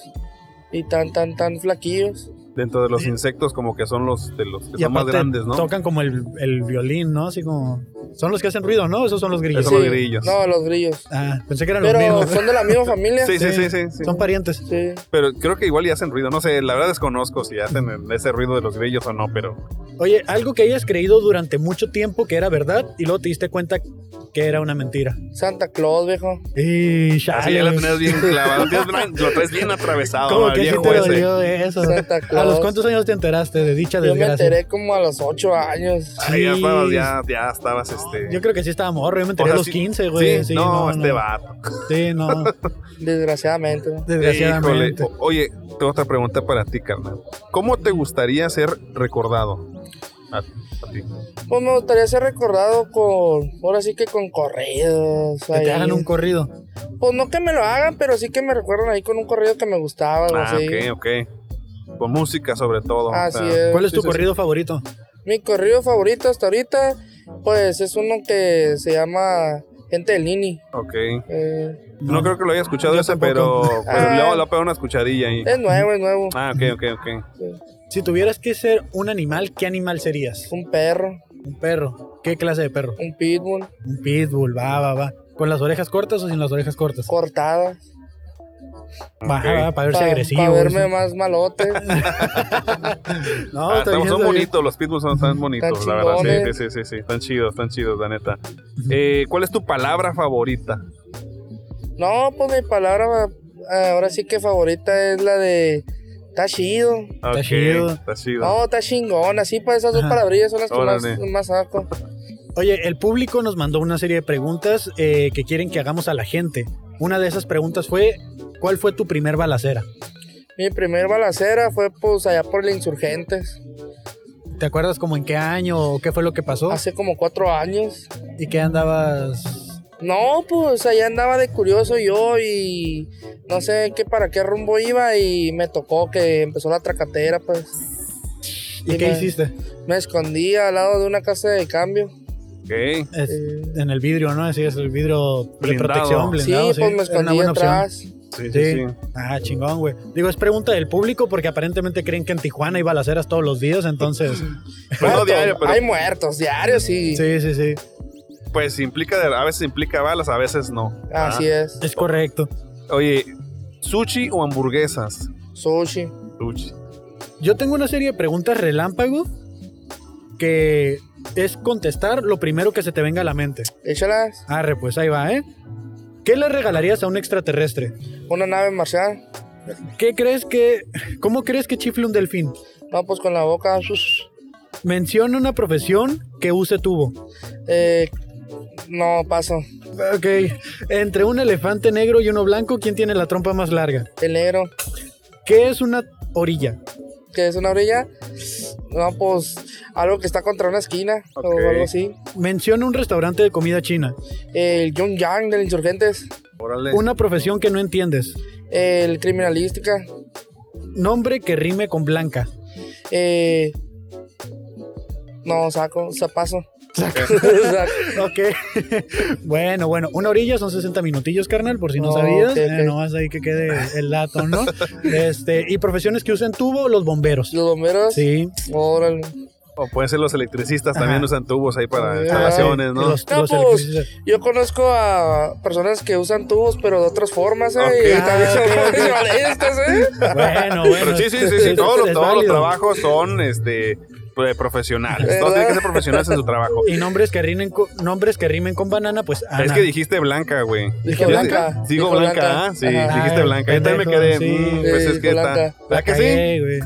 y tan, tan, tan flaquillos.
Dentro de los insectos, como que son los de los que
Y
son más
aparte
grandes, ¿no?
tocan como el, el violín, ¿no? Así como... Son los que hacen ruido, ¿no? Esos son los grillos.
Eso Son los grillos.
No, los grillos.
Ah, pensé que eran
Pero
los mismos.
son de la misma familia.
Sí, sí, sí, sí, sí.
Son parientes.
Sí.
Pero creo que igual y hacen ruido. No sé, la verdad desconozco si hacen el- ese ruido de los grillos o no, pero
Oye, algo que hayas creído durante mucho tiempo que era verdad y luego te diste cuenta que era una mentira.
Santa Claus, viejo.
Y
Así ya la tenías bien clavada. Lo
<laughs>
tienes- lo traes bien atravesado.
¿Cómo
al
que sí
viejo
te
ese.
dolió eso? <laughs>
Santa
¿A los
Claus.
cuántos años te enteraste de dicha
Yo me
desgracia?
enteré como a los ocho años.
Ahí ya
Sí.
estabas, ya, ya estabas este.
Yo creo que sí estaba morro, yo me enteré
O sea,
a los
sí-
15, güey.
sí,
Sí,
no, este vato.
Sí, no,
<laughs> Desgraciadamente.
Híjole.
desgraciadamente.
O- Oye, tengo otra pregunta para ti, carnal. ¿Cómo te gustaría ser recordado? A, a ti.
Pues me gustaría ser recordado con. Ahora sí que con corridos.
Que
ahí.
te hagan un corrido.
Pues no que me lo hagan, pero sí que me recuerdan ahí con un corrido que me gustaba. algo
Ah,
así.
ok, ok. Con música, sobre todo. o
Así
sea,
es.
¿Cuál es tu
Sí, sí, sí.
corrido favorito?
Mi corrido favorito hasta ahorita, pues es uno que se llama Gente del Nini.
Ok.
Eh,
No. creo que lo haya escuchado
Yo
ese,
tampoco.
pero, pero
Ah. Eh,
luego le voy a pegar una escuchadilla ahí.
es nuevo, es nuevo.
Ah, ok, ok, ok.
Si tuvieras que ser un animal, ¿qué animal serías?
Un perro,
Un perro. ¿Qué clase de perro?
un pitbull,
Un pitbull, va, va, va. ¿Con las orejas cortas o sin las orejas cortas?
cortada.
Va, va, para verse
pa-
agresivo.
pa verme
sí.
más malote.
<laughs>
<laughs>
No,
Ah,
está
estamos-
bien,
son
está bien.
bonitos, los pitbulls son tan bonitos,
Están
la verdad. Sí,
chingones.
sí, sí, sí, están chidos, están chidos, la neta. Eh, ¿Cuál es tu palabra favorita?
no, pues mi palabra eh, ahora sí que favorita es la de. Está chido.
Ok,
chido.
Está chido.
No, está chingón. Así pues esas dos
Ajá.
palabrillas son las que más,
Órale.
más saco.
Oye, el público nos mandó una serie de preguntas eh, que quieren que hagamos a la gente. Una de esas preguntas fue, ¿cuál fue tu primer balacera?
Mi primer balacera fue pues allá por el Insurgentes.
¿Te acuerdas como en qué año o qué fue lo que pasó?
Hace como cuatro años.
¿Y qué andabas?
No, pues allá andaba de curioso yo y no sé qué para qué rumbo iba y me tocó que empezó la tracatera, pues
¿Y qué
Dime.
hiciste?
me escondí al lado de una casa de cambio.
Ok.
Es-
Eh.
en el vidrio, ¿no? Así es, el vidrio de
Blindado.
protección, blindado.
sí, pues me
era una
escondí
buena opción.
atrás.
Sí, sí,
Sí.
sí.
Ah, chingón, güey. Digo, es pregunta del público porque aparentemente creen que en Tijuana hay balaceras todos los días, entonces...
Pues no
Muertos,
diario, pero
Hay muertos diarios y
sí, sí, sí.
pues implica, a veces implica balas, a veces no. Ah,
Ah, así es.
Es correcto.
Oye, ¿sushi o hamburguesas?
Sushi.
Sushi.
Yo tengo una serie de preguntas relámpago que es contestar lo primero que se te venga a la mente.
Échalas.
Arre, pues ahí va, ¿eh? ¿Qué le regalarías a un extraterrestre?
Una nave marcial.
¿Qué crees que... ¿Cómo crees que chifle un delfín?
No, pues con la boca.
Menciona una profesión que use tubo.
Eh, no, paso.
Ok. Entre un elefante negro y uno blanco, ¿quién tiene la trompa más larga?
El negro.
¿Qué es una orilla?
que es una orilla. No, pues algo que está contra una esquina
Ok.
o algo así.
Menciona un restaurante de comida china.
El John Yang del Insurgentes.
Órale.
Una profesión que no entiendes.
El Criminalística.
Nombre que rime con blanca.
eh, no, saco, zapazo. <laughs> Saco. Saco.
Ok. bueno, bueno. Una orilla son 60 minutillos, carnal, por si no
Oh,
sabías.
ok,
Eh,
ok.
nomás ahí que quede el dato, ¿no? este, y profesiones que usen tubo, los bomberos.
Los bomberos.
Sí.
Órale.
O pueden ser los electricistas, también
Ajá.
usan tubos ahí para
Ah,
instalaciones, ¿no?
Los,
No,
los
pues,
electricistas.
Yo conozco a personas que usan tubos, pero de otras formas, ¿eh?
Ok.
Y también son
Ah, ok.
profesionalistas, ¿eh.
Bueno, bueno.
Pero sí, sí, sí, sí,
es-
todos, los,
es
todos los
válido.
trabajos son este pues, profesionales. Todos
¿Verdad?
tienen que ser profesionales en su trabajo.
Y nombres que rimen con, nombres que rimen con banana, pues Ana.
Es que dijiste blanca, güey.
Dije
Yo
blanca,
di- Digo
dijo
blanca,
blanca.
ah, sí,
Ajá.
dijiste
Ay,
blanca. Yo también me
pendejo,
quedé.
sí.
mm, pues
Sí,
es que
blanca.
está.
La
¿Verdad que sí?
cagué, güey.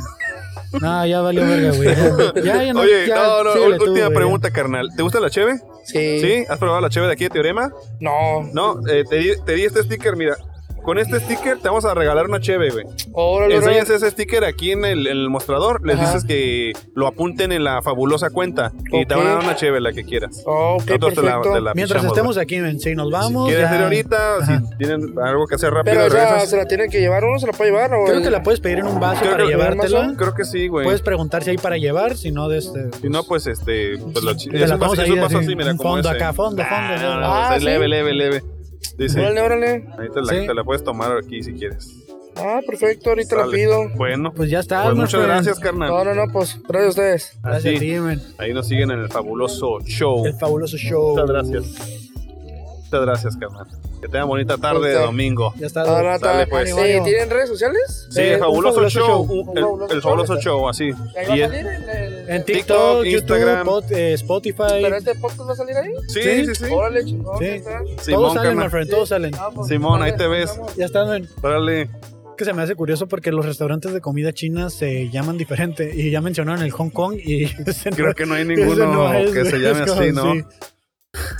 No, ya valió verga, güey. Ya, Ya, ya no.
Oye,
ya,
no, no,
síguele tú,
última
güey.
pregunta, carnal. ¿Te gusta la cheve?
Sí.
¿Sí? ¿Has probado la cheve de aquí de Teorema?
No.
No, eh, te, di, te di este sticker, mira. Con este sticker te vamos a regalar una cheve, güey.
Órale, órale.
Enseñas ese sticker aquí en el, en el mostrador. Les
Ajá.
dices que lo apunten en la fabulosa cuenta. Y te
Ok.
van a dar una cheve, la que quieras.
Oh, ok,
Nosotros te la-
perfecto.
te la
Mientras
pichamos,
estemos aquí, men, si nos vamos.
Si quieren
ya-
hacer ahorita, o
Ajá.
si tienen algo que hacer rápido,
Pero esa
regresas.
se la tiene que llevar uno, se la puede llevar o
Creo
el-
que la puedes pedir en un vaso
Creo
para
que-
llevártela.
Creo que sí, güey.
Puedes preguntar si hay para llevar, si no, de este.
si no, pues este. Pues lo chi-
te
es
la
un vaso-
ponemos
es
ahí
un vaso
así,
así, mira,
un
como
fondo
ese.
acá, fondo,
Ah,
fondo.
no, no,
Ah,
es
sí.
Leve, leve, leve. Sí, sí.
Órale, órale.
Ahí te la,
Sí.
te la puedes tomar aquí si quieres.
Ah, perfecto, ahorita la
Sale.
pido.
Bueno,
Pues ya está.
pues
my
muchas
friend.
gracias, carnal.
No, no, no, pues gracias a ustedes.
Gracias a
Así,
ti, men.
ahí nos siguen en el fabuloso show.
El fabuloso show.
Muchas gracias. Muchas gracias, carnal. Que tengan bonita tarde de
Ok.
domingo.
Ya está.
Ahora
Dale,
está.
pues.
Eh, ¿Tienen redes sociales?
Sí,
Eh,
el
un
fabuloso,
fabuloso
show.
show.
el- El, fabuloso show, así.
Ahí va a
Y es-
salir en el-
en
TikTok,
TikTok, YouTube,
Instagram.
Pod- eh, Spotify.
¿Pero este podcast va a salir ahí?
sí,
Sí.
sí, sí.
Órale, chingón.
Sí.
ahí está.
Todos
Simón,
salen, my
carnal.
friend, todos salen.
Ah, pues,
Simón, ahí
dale,
te ves.
vamos.
Ya están en-
Órale.
que se me hace curioso porque los restaurantes de comida china se llaman diferente y ya mencionaron el Hong Kong y <laughs> ese no-
Creo que no hay
ese
ninguno
no es,
que se
güey,
llame
es como
así, ¿no?
así.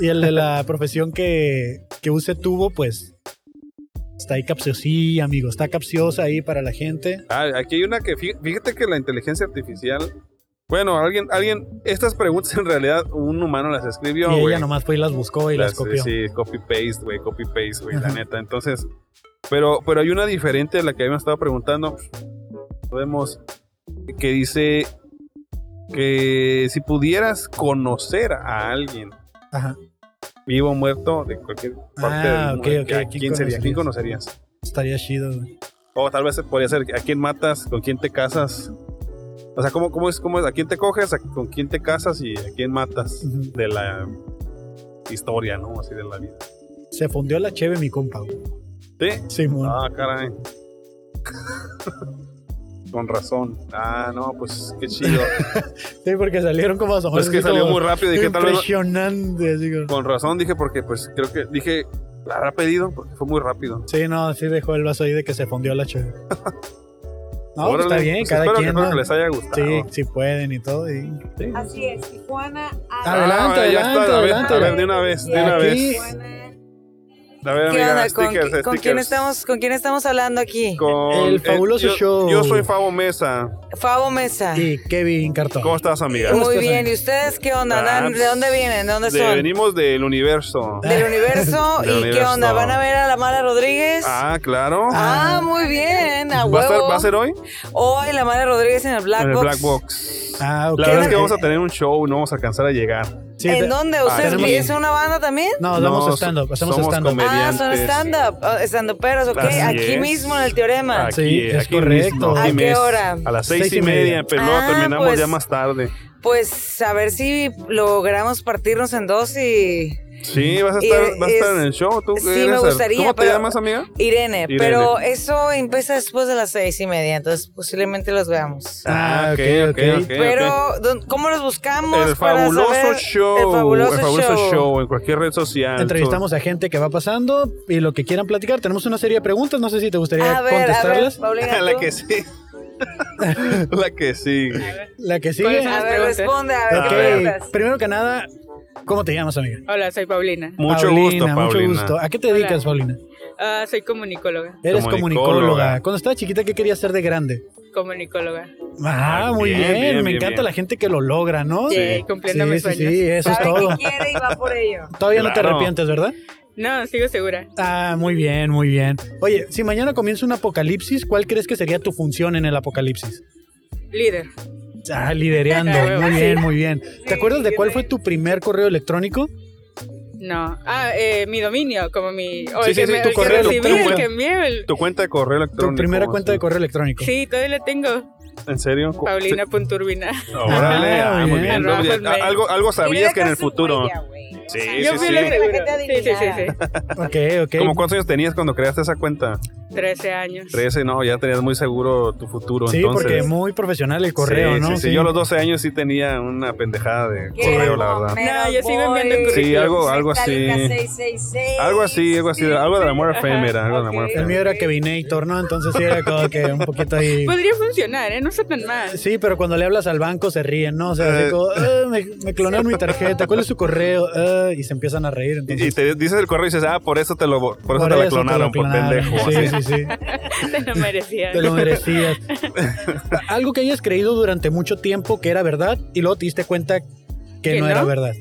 Y el de la profesión que, que use tubo, pues está ahí capciosí, amigo, está capciosa ahí para la gente.
Ah, aquí hay una que, fí- fíjate que la inteligencia artificial. Bueno, alguien, alguien, estas preguntas en realidad un humano las escribió,
y ella
güey.
nomás fue y las buscó y las,
Las-
copió.
Sí, copy paste, güey, copy paste, güey, la
Ajá.
neta. Entonces, pero, pero hay una diferente a la que habíamos estado preguntando. Podemos, que dice que si pudieras conocer a alguien
Ajá.
vivo o muerto de cualquier parte
Ah,
del
ok,
mundo,
ok,
¿a
¿quién
quién sería? ¿Quién conocerías?
Estaría chido. güey.
O tal vez podría ser a quién matas, con quién te casas. O sea, ¿cómo, cómo es, cómo es? ¿A quién te coges? a- ¿Con quién te casas y a quién matas?
Ujú.
De la historia, ¿no? Así de la vida.
Se fundió la cheve mi compa. güey.
¿Sí?
Simón.
Ah, caray. Con razón. Ah, no, pues qué
<laughs>
chido.
Sí, porque salieron como asomados.
es que
así
salió
como
muy rápido. Dije, tal vez. no-
Impresionante. así como-
Con razón dije, porque pues creo que dije, la habrá pedido, porque fue muy rápido.
Sí, no, sí dejó el vaso ahí de que se fundió la cheve. No,
Órale,
está bien,
pues,
cada
espero
quien.
Que, espero
¿no?
que les haya gustado.
Sí, sí pueden y todo. y- sí.
Así es, Tijuana.
Ah,
a-
Adelante,
ya está,
adelante,
a ver,
adelante.
A ver, de una vez, de una
Aquí-
vez.
Tijuana.
A ver,
¿Qué
amiga,
onda? ¿Con,
stickers,
con quién
stickers.
estamos, ¿Con quién estamos hablando aquí?
Con-
El fabuloso
yo-
show.
Yo soy Fabo Mesa.
Fabo Mesa.
Y Kevin Cartón.
¿Cómo estás, amiga?
¿Cómo
Ah. Muy
estás,
bien,
amiga?
¿y ustedes qué onda?
Ah,
¿Andan- ¿De dónde vienen? ¿De dónde
De-
son?
venimos del universo.
¿Del
<laughs>
universo?
Del
¿Y qué
universo.
onda? ¿Van a ver a la Mara Rodríguez?
Ah, claro.
Ah, muy bien, a
¿Va, a estar-
huevo.
¿Va a ser hoy?
Hoy la Mara Rodríguez en el Black
En el
Box.
Black Box.
Ah, ok.
La verdad es que vamos a tener un show, no vamos a alcanzar a llegar.
Sí,
¿En
te-
dónde? ¿Ustedes
tenemos-
es una banda también?
No, damos
No,
stand-up, hacemos
somos
stand-up.
comedia.
Ah, son
Comediantes.
stand-up, stand peros, ok,
Así
aquí
es.
mismo en el Teorema.
Ah, Aquí,
Sí, es
aquí
correcto.
mismo,
¿A
aquí
qué
mes.
hora?
A las seis, y media, pero
Ah,
luego terminamos
pues.
ya más tarde.
Pues a ver si logramos partirnos en dos y
Sí, vas a
Y
estar,
es-
vas a estar en el show. ¿Tú
sí,
eres
me
ar-
gustaría,
¿Cómo te
pero-
llamas, amiga?
Irene,
Irene.
pero eso empieza después de las seis y media, entonces posiblemente los veamos.
Ah, ok, ok.
pero ¿dó- ¿cómo los buscamos?
El
para
fabuloso
saber?
show.
El fabuloso, show.
en cualquier red social.
Entrevistamos a gente que va pasando y lo que quieran platicar. Tenemos una serie de preguntas, no sé si te gustaría
A ver, a ver,
contestarlas.
<laughs>
Paulina,
la
tú.
que sí. la que sí.
La que sigue.
Pues, A
Las
Ok,
ver,
preguntas.
responde, a ver qué preguntas.
primero que nada, ¿cómo te llamas, amiga?
Hola, soy Paulina.
Mucho
Paulina,
gusto, Paulina.
Mucho gusto. ¿A qué te
Hola.
dedicas, Paulina?
Ah, soy comunicóloga.
Eres
Comunicóloga.
comunicóloga. Cuando estabas chiquita, ¿qué querías ser de grande?
Comunicóloga.
Ah,
Ah,
muy bien.
bien, bien,
Me
bien,
encanta
bien.
la gente que lo logra, ¿no?
Sí, cumpliendo mis
sí,
sueños.
sí, eso es
Sabe
todo.
qué quiere y va por ello.
Todavía no te
Claro.
arrepientes, ¿verdad?
No, sigo segura.
Ah, muy bien, muy bien. Oye, si mañana comienza un apocalipsis, ¿cuál crees que sería tu función en el apocalipsis?
Líder. <laughs>
Ah, lidereando.
Ah,
muy
sí.
bien, muy bien. ¿Te acuerdas de
sí,
cuál
sí.
fue tu primer correo electrónico?
No. Ah, eh, mi dominio, como mi. O
Sí,
el
sí,
que,
sí,
me-
tu
el que
correo, tu-
recibí,
tu
el
cuenta.
que envié. el-
Tu cuenta de correo electrónico.
Tu primera cuenta de
correo.
correo electrónico.
Sí, todavía lo tengo.
¿En serio? Co-
Paulina.urbina.
se- Órale,
Ah,
ah,
muy
muy
bien.
bien. No,
Arroba
ya-
Hotmail.
algo, algo sabías
Mira
que en el
su
futuro.
huella, güey.
Sí,
O sea,
sí,
Yo fui
sí.
la
La
segura.
gente
Sí, sí, sí, sí.
Ok, ok.
¿Cómo cuántos años tenías cuando creaste esa cuenta?
13 años.
13, no, ya tenías muy seguro tu futuro.
sí,
entonces.
porque muy profesional el correo,
sí,
¿no?
Sí, sí, yo a los 12 años sí tenía una pendejada de
Qué
correo, la verdad.
romero,
No, yo sigo
boy.
enviando currículum.
Sí, algo, algo así.
Metallica 666.
Algo así, algo así, algo del amor
<laughs>
efémera, algo del amor
El mío
efémero.
era Kevinator, ¿no? Entonces sí era como que un poquito
<laughs>
ahí.
Podría funcionar, ¿eh? No está tan
<laughs>
mal.
Sí, pero cuando le hablas al banco se ríen, ¿no? O sea,
Eh.
así como, "Ah, me, me clonaron mi tarjeta, ¿cuál es su correo? Ah, y se empiezan a
Y,
reír.
y
Entonces,
te dices el correo y dices, ah, por eso te lo, por eso
por
te la
eso
clonaron, por pendejo.
Sí,
así. <laughs>
sí, sí.
Te lo merecía.
Te lo merecías. Algo que hayas creído durante mucho tiempo que era verdad y luego te diste cuenta que
¿Que
no, era
no?
verdad.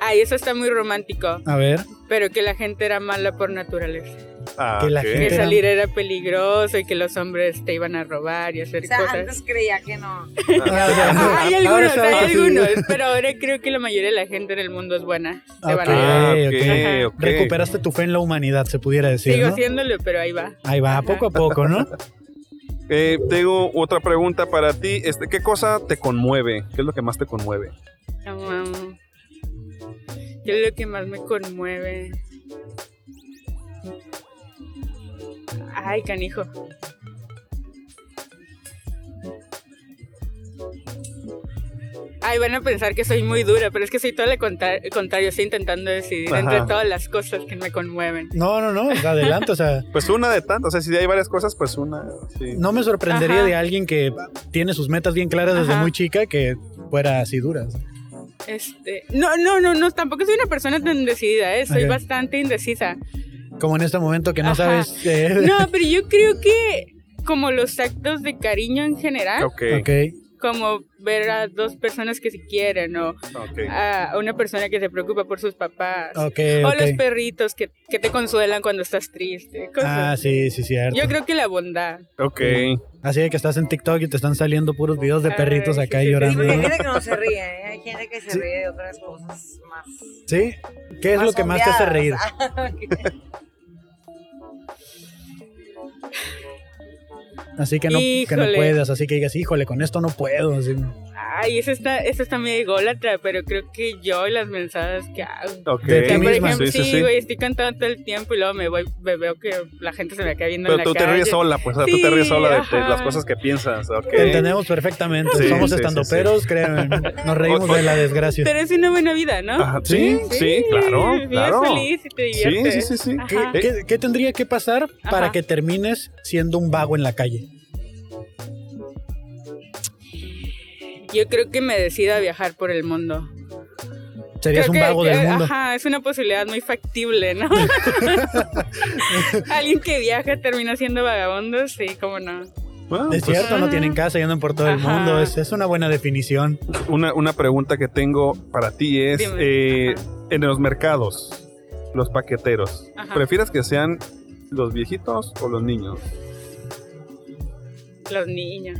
Ay, eso está muy romántico.
A ver,
Pero que la gente era mala por naturaleza.
Ah,
Que la
ok.
gente-
Que
Era-
salir era peligroso y que los hombres te iban a robar y hacer
O sea,
cosas.
antes creía que no.
Ah, <laughs> hay
Ahora
algunos,
sabes.
hay algunos, pero ahora creo que la mayoría de la gente en el mundo es buena. Se van a-
Ah,
Ok, ok.
ok, ok.
recuperaste tu fe en la humanidad, se pudiera decir.
Sigo
¿no?
haciéndolo, pero ahí va.
Ahí va, poco a poco, ¿no?
Eh, tengo otra pregunta para ti. Este, ¿Qué cosa te conmueve? ¿Qué es lo que más te conmueve?
Um, ¿Qué es lo que más me conmueve? Ay, canijo. Ay, van a pensar que soy muy dura, pero es que soy todo lo contra- contrario. Estoy intentando decidir
Ajá.
entre todas las cosas que me conmueven.
No, no, no, adelante, o sea,
Pues una de tantas, o sea, si hay varias cosas, pues una. sí.
no me sorprendería
Ajá.
de alguien que tiene sus metas bien claras desde
Ajá.
muy chica que fuera así dura.
Este, no, no, no, no, tampoco soy una persona tan decidida, ¿eh? soy
Ok.
bastante indecisa.
Como en este momento que no
Ajá.
sabes. <laughs> eh,
No, pero yo creo que como los actos de cariño en general,
Ok,
ok.
como ver a dos personas que se quieren o
ok.
a una persona que se preocupa por sus papás.
Ok,
O
ok.
los perritos que, que te consuelan cuando estás triste.
Ah,
cosas.
sí, sí, cierto.
Yo creo que la bondad.
Ok.
Así de que estás en TikTok y te están saliendo puros videos de
Ay,
perritos
sí,
acá
sí, sí,
llorando.
Hay
¿no?
gente que no se ríe, ¿eh?
<laughs>
hay gente que se
Sí.
ríe de otras cosas más.
¿Sí? ¿Qué es lo que más te hace
<laughs>
reír? <laughs> Así que no, que no
Híjole.
puedas, así que digas, híjole, con esto no puedo. así.
Ay, eso está, eso está medio ególatra, pero creo que yo y las mensadas que hago.
Ok.
De
O
ti
sea, por
misma.
ejemplo,
Sí, sí,
sí,
sí.
güey, estoy cantando todo el tiempo y luego me voy, me veo que la gente se me queda viendo
Pero
en la
tú te
calle.
ríes sola, pues, o sea, tú te ríes
Sí,
sola de, de
ajá.
las cosas que piensas, ok.
Te entendemos perfectamente.
Sí,
Somos
sí, sí,
estandoperos, créanme. Nos reímos de la desgracia.
Pero es una buena vida, ¿no?
Ajá, sí, sí, claro,
vives
claro.
feliz y te
Sí,
diviertes.
sí, sí, sí.
¿Qué,
Ajá.
Eh,
qué- qué tendría que pasar para
Ajá.
que termines siendo un vago en la calle?
Yo creo que me decida a viajar por el mundo.
Serías
Creo
un
que-
vago
que-
del mundo.
Ajá, es una posibilidad muy factible,
<laughs>
¿no? Alguien que viaja termina siendo vagabundo, sí, cómo no.
bueno,
Es
pues,
cierto, no tienen casa y andan por todo el
Ajá.
mundo. Es, es una buena definición.
una, una pregunta que tengo para ti es,
Dime,
eh,
ajá.
en los mercados, los paqueteros,
Ajá.
¿prefieres que sean los viejitos o los niños?
Los niños.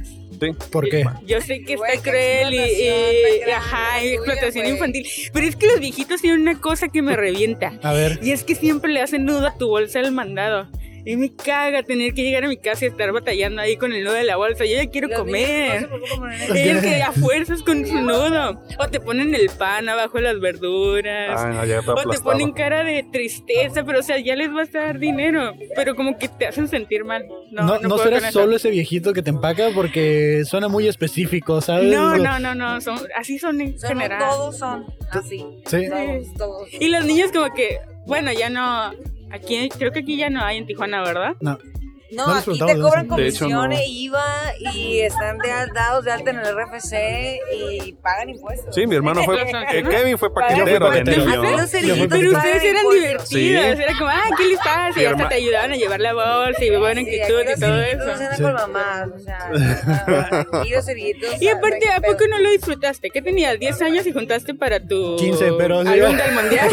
¿Por qué?
Yo sé que
Güey,
está
qué
cruel y,
explotación
y-
tan
ajá, y
grande la tuya,
explotación
güey.
infantil. Pero es que los viejitos tienen una cosa que me revienta.
A ver.
Y es que siempre le hacen nudo a tu bolsa del mandado. Y me caga tener que llegar a mi casa y estar batallando ahí con el nudo de la bolsa. Yo ya quiero comer. Ellos que a fuerzas con su nudo. O te ponen el pan abajo de las verduras.
Ah, no, ya te
O te
aplastaba.
ponen cara de tristeza, pero o sea, ya les vas a dar dinero. Pero como que te hacen sentir mal. No, no,
No, no
puedo con
serás
eso.
solo ese viejito que te empaca porque suena muy específico, ¿sabes?
No, no, no, no. Son, así son en
Son-
general.
todos son así.
Sí.
Todos, todos.
Y los niños como que, bueno, ya no... Aquí, creo que aquí ya no hay en Tijuana, ¿verdad?
No,
No les
aquí te
preguntamos,
cobran
¿no? De hecho,
comisión
no.
e IVA y están de al- dados de alta en el RFC y pagan impuestos.
Sí, mi hermano fue...
<laughs>
eh, Kevin fue
Yo
paquetero
fui
de
paquetero.
niño.
Los cerillitos
Yo fui
Pero
pagan
ustedes eran
impuestos.
divertidas, era como, ah, ¿qué les pasa? Y
Mi
hasta
herma-
te ayudaban a llevar la bolsa y me buena
Sí,
actitud
aquí
y todo
los
eso.
cerillitos no se andan
Sí.
con mamás, o sea,
Ah,
aquí los cerillitos,
Y
o sea,
aparte, ¿a
no hay
poco
pedo.
no lo disfrutaste? ¿Qué tenías? ¿10 años y juntaste para tu...
15, pero sí.
álbum del
<laughs>
mundial?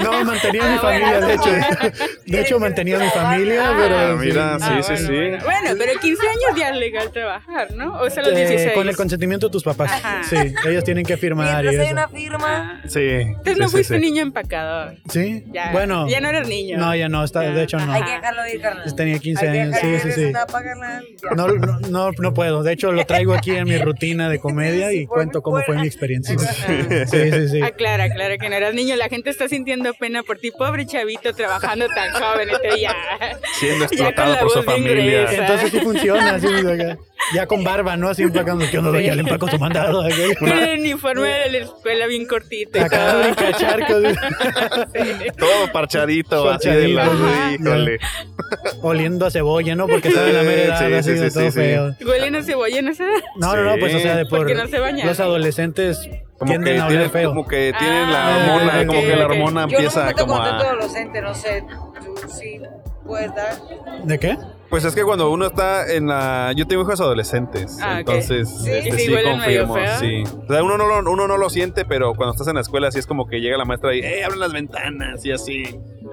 No, mantenía a mi
Ah, bueno,
familia, de
no, bueno.
hecho. De
<laughs>
hecho, mantenía a mi familia,
Ah,
pero.
mira,
sí.
sí,
Ah,
sí,
bueno,
sí.
Bueno. Bueno, pero 15 años ya es legal trabajar, ¿no? O sea, los
Eh,
16.
con el consentimiento de tus papás.
Ajá.
Sí, ellos tienen que firmar. y
Mientras hay
eso.
una firma,
Ah.
Sí.
Entonces
sí,
no
sí,
fuiste
sí.
un niño empacador.
Sí,
Ya,
bueno.
Ya no eres niño.
No, ya no, está, de hecho no.
hay
Ajá.
que dejarlo ir, carnal.
Tenía 15
Hay que
años,
dejarlo
sí,
ir,
sí,
es
sí.
una paga, carnal, ya.
No, no, no, no puedo. De hecho, lo traigo aquí en mi
<laughs>
rutina de comedia
Sí,
y
fue
cuento
muy
cómo fue
buena.
mi experiencia.
Ajá.
Sí, sí, sí.
Aclara, aclara Ah, que no eras niño. La gente está sintiendo pena por ti, pobre chavito, trabajando tan joven. Entonces ya.
Siendo
Ya con
explotado
la
por su
voz de
familia.
inglés.
Entonces sí funciona, sí, o sea, ya con barba, ¿no? Así empacando, ¿qué onda? Ya le empaco su mandado. acá.
<laughs>
Con el uniforme de la escuela bien cortito. y
Acá
todo.
de brincar charcos,
<laughs>
Todo parchadito, así de la...
Parchadito, sí.
Híjole.
oliendo a cebolla, ¿no? Porque está en la mera edad,
Sí, sí,
así
sí,
de
sí,
todo
sí.
feo.
Huelen a cebolla, no sé.
No, no, no, pues o sea, de por
Porque no se bañan.
los adolescentes
Como que,
tienden a
tienen,
oler feo.
como que tienen la
Ah,
hormona,
ok,
como que la
ok.
hormona
Yo no me
empieza
meto
como
con tanto
a...
adolescente, no sé, tú sí puedes dar.
¿De qué?
Pues es que cuando uno está en la... Yo tengo hijos adolescentes,
Ah, ok.
entonces
Sí,
este,
sí,
sí,
huelen medio
confirmo,
feo.
sí. O sea, uno no, lo, uno no lo siente, pero cuando estás en la escuela sí es como que llega la maestra y ¡eh, abren las ventanas! y así.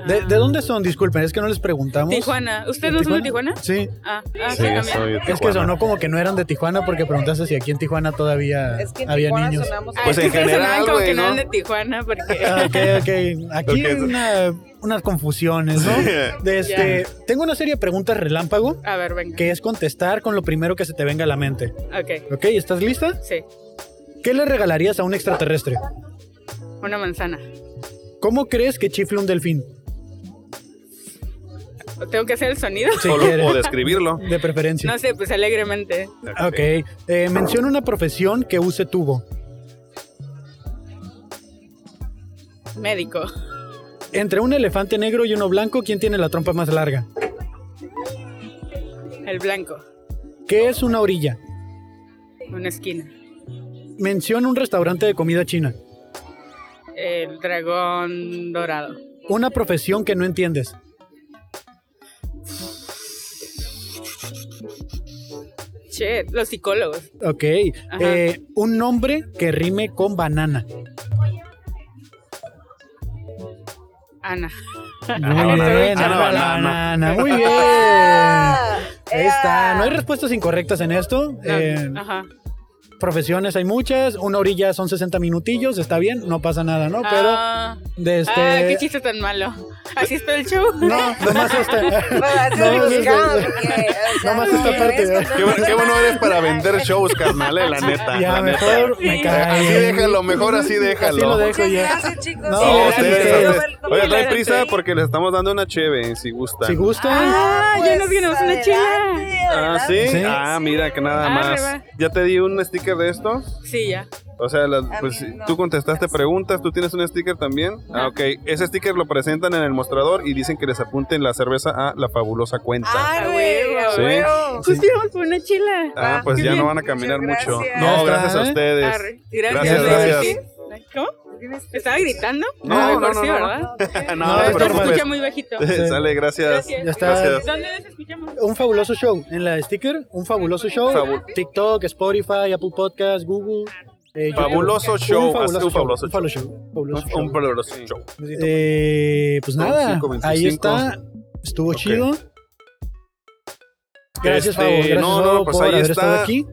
¿De, de dónde son? Disculpen, es que no les preguntamos.
Tijuana. ¿Ustedes no son de Tijuana?
Sí.
Ah, ah
Sí,
sí, también.
soy de
Es que
Tijuana.
sonó como que no eran de Tijuana porque preguntaste si aquí en Tijuana todavía
Es que en
había
Tijuana
niños.
sonamos
Ah,
Pues
es que
en
ustedes
general,
sonaban como
güey,
que no
¿no?
eran de Tijuana porque.
Ah, Ok, ok. Aquí
Porque-
hay una, unas confusiones, ¿no? De este, Tengo una serie de preguntas relámpago
A ver, venga.
que es contestar con lo primero que se te venga a la mente.
<laughs> Ok,
¿Ok? ¿Estás lista?
sí.
¿Qué le regalarías a un extraterrestre?
Una manzana.
¿Cómo crees que chifle un delfín?
Tengo que hacer el sonido.
Si
o,
quieres.
o describirlo.
De preferencia.
No sé, pues alegremente.
Ok. Eh, menciona una profesión que use tubo.
Médico.
Entre un elefante negro y uno blanco, ¿quién tiene la trompa más larga?
El blanco.
¿Qué es una orilla?
Una esquina.
Menciona un restaurante de comida china.
El dragón dorado.
Una profesión que no entiendes.
Che, los psicólogos.
Ok.
Ajá.
Eh, un nombre que rime con
<laughs>
banana.
Ana. <laughs>
Muy bien,
Ah,
Ana Banana. Muy bien. Ahí está. No hay respuestas incorrectas en esto. Eh,
Ajá.
profesiones hay muchas. Una orilla son 60 minutillos. Está bien, no pasa nada, ¿no? Pero
Ah.
de este.
Ah, qué chiste tan malo. Así está el show.
No,
<laughs>
nomás esta.
Bueno,
<laughs> Nomás
así
esta-
buscamos, porque, o sea,
Nomás esta
no,
parte.
es que
Qué,
no-
bu- qué bueno eres para vender shows, carnal, eh, la neta.
Ya
la neta.
mejor me
Sí.
cae.
Así déjalo, mejor así déjalo.
Así lo dejo
Muchas
ya.
gracias, chicos.
No,
Sí,
No,
gracias.
ustedes,
ustedes.
ustedes. Oye, trae prisa porque le estamos dando una cheve, si gustan.
Si gustan,
Ah, ya nos vieron una chela.
Pues, adelante,
Ah,
adelante.
¿sí?
Sí.
Ah, mira, que nada
Ah,
más.
re va.
¿Ya te di un sticker de esto?
Sí, ya.
O sea, las-
A
pues,
mí no.
tú contestaste preguntas, tú tienes un sticker también. Ah, ok. Ese sticker lo presentan en el mostrador y dicen que les apunten la cerveza a la fabulosa cuenta.
Ah,
A
güey, a
huevo.
Sí.
huevo.
Justo íbamos por una chela.
Ah,
va.
pues
Qué
ya
bien.
no van a caminar
Muchas
mucho.
gracias.
No,
Ya
gracias
está,
a
¿eh?
ustedes.
Arre. Gracias.
Gracias,
gracias.
¿Qué? ¿Cómo? ¿Estaba gritando?
No,
Ah,
no,
mejor
no,
sí,
no.
¿verdad?
<laughs> No,
No,
no te
es
se
normal.
preocupes.
escucha muy bajito.
<laughs>
Sí.
Sale, gracias.
Gracias.
Ya está.
Gracias.
¿Dónde les escuchamos?
un fabuloso show. En la sticker, un fabuloso show.
Fabu-
TikTok, Spotify, Apple Podcast, Google. eh, YouTube.
Fabuloso show, hace un fabuloso
un fabuloso show. fabuloso show.
Un poderoso show.
Eh, pues nada,
25.
ahí está. Estuvo
Ok.
chido. Gracias,
Este,
Fabo. Gracias,
no, no,
Fabo,
pues
por
ahí
haber
está.
estado aquí.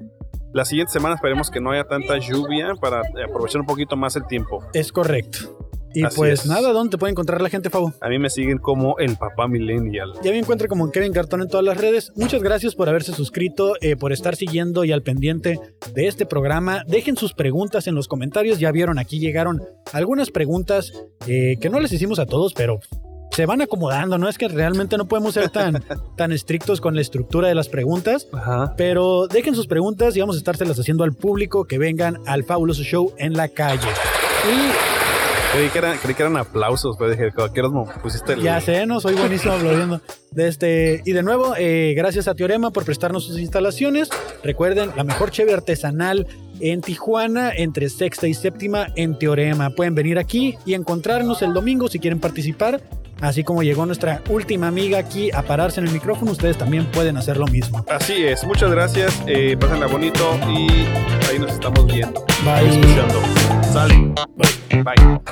La siguiente semana esperemos que no haya tanta lluvia para eh, aprovechar un poquito más el tiempo.
Es correcto. Y
Así
pues
es.
nada, ¿dónde te puede encontrar la gente, Fabo?
A mí me siguen como el papá millennial.
Ya me encuentro como Kevin Cartón en todas las redes. Muchas gracias por haberse suscrito, eh, por estar siguiendo y al pendiente de este programa. Dejen sus preguntas en los comentarios. Ya vieron, aquí llegaron algunas preguntas eh, que no les hicimos a todos, pero se van acomodando. No es que realmente no podemos
<laughs>
ser tan, tan estrictos con la estructura de las preguntas.
Ajá.
Pero dejen sus preguntas y vamos a estárselas haciendo al público que vengan al fabuloso show en la calle.
Creí que, eran, creí que eran aplausos, pero dije, ¿a qué horas me pusiste el...
Ya sé, no soy buenísimo aplaudiendo. De este, y de nuevo, eh, gracias a Teorema por prestarnos sus instalaciones. Recuerden, la mejor cheve artesanal en Tijuana, entre sexta y séptima en Teorema. Pueden venir aquí y encontrarnos el domingo si quieren participar. Así como llegó nuestra última amiga aquí a pararse en el micrófono, ustedes también pueden hacer lo mismo.
Así es, muchas gracias, eh, pásenla bonito y ahí nos estamos viendo,
Bye.
escuchando. Sale. Bye.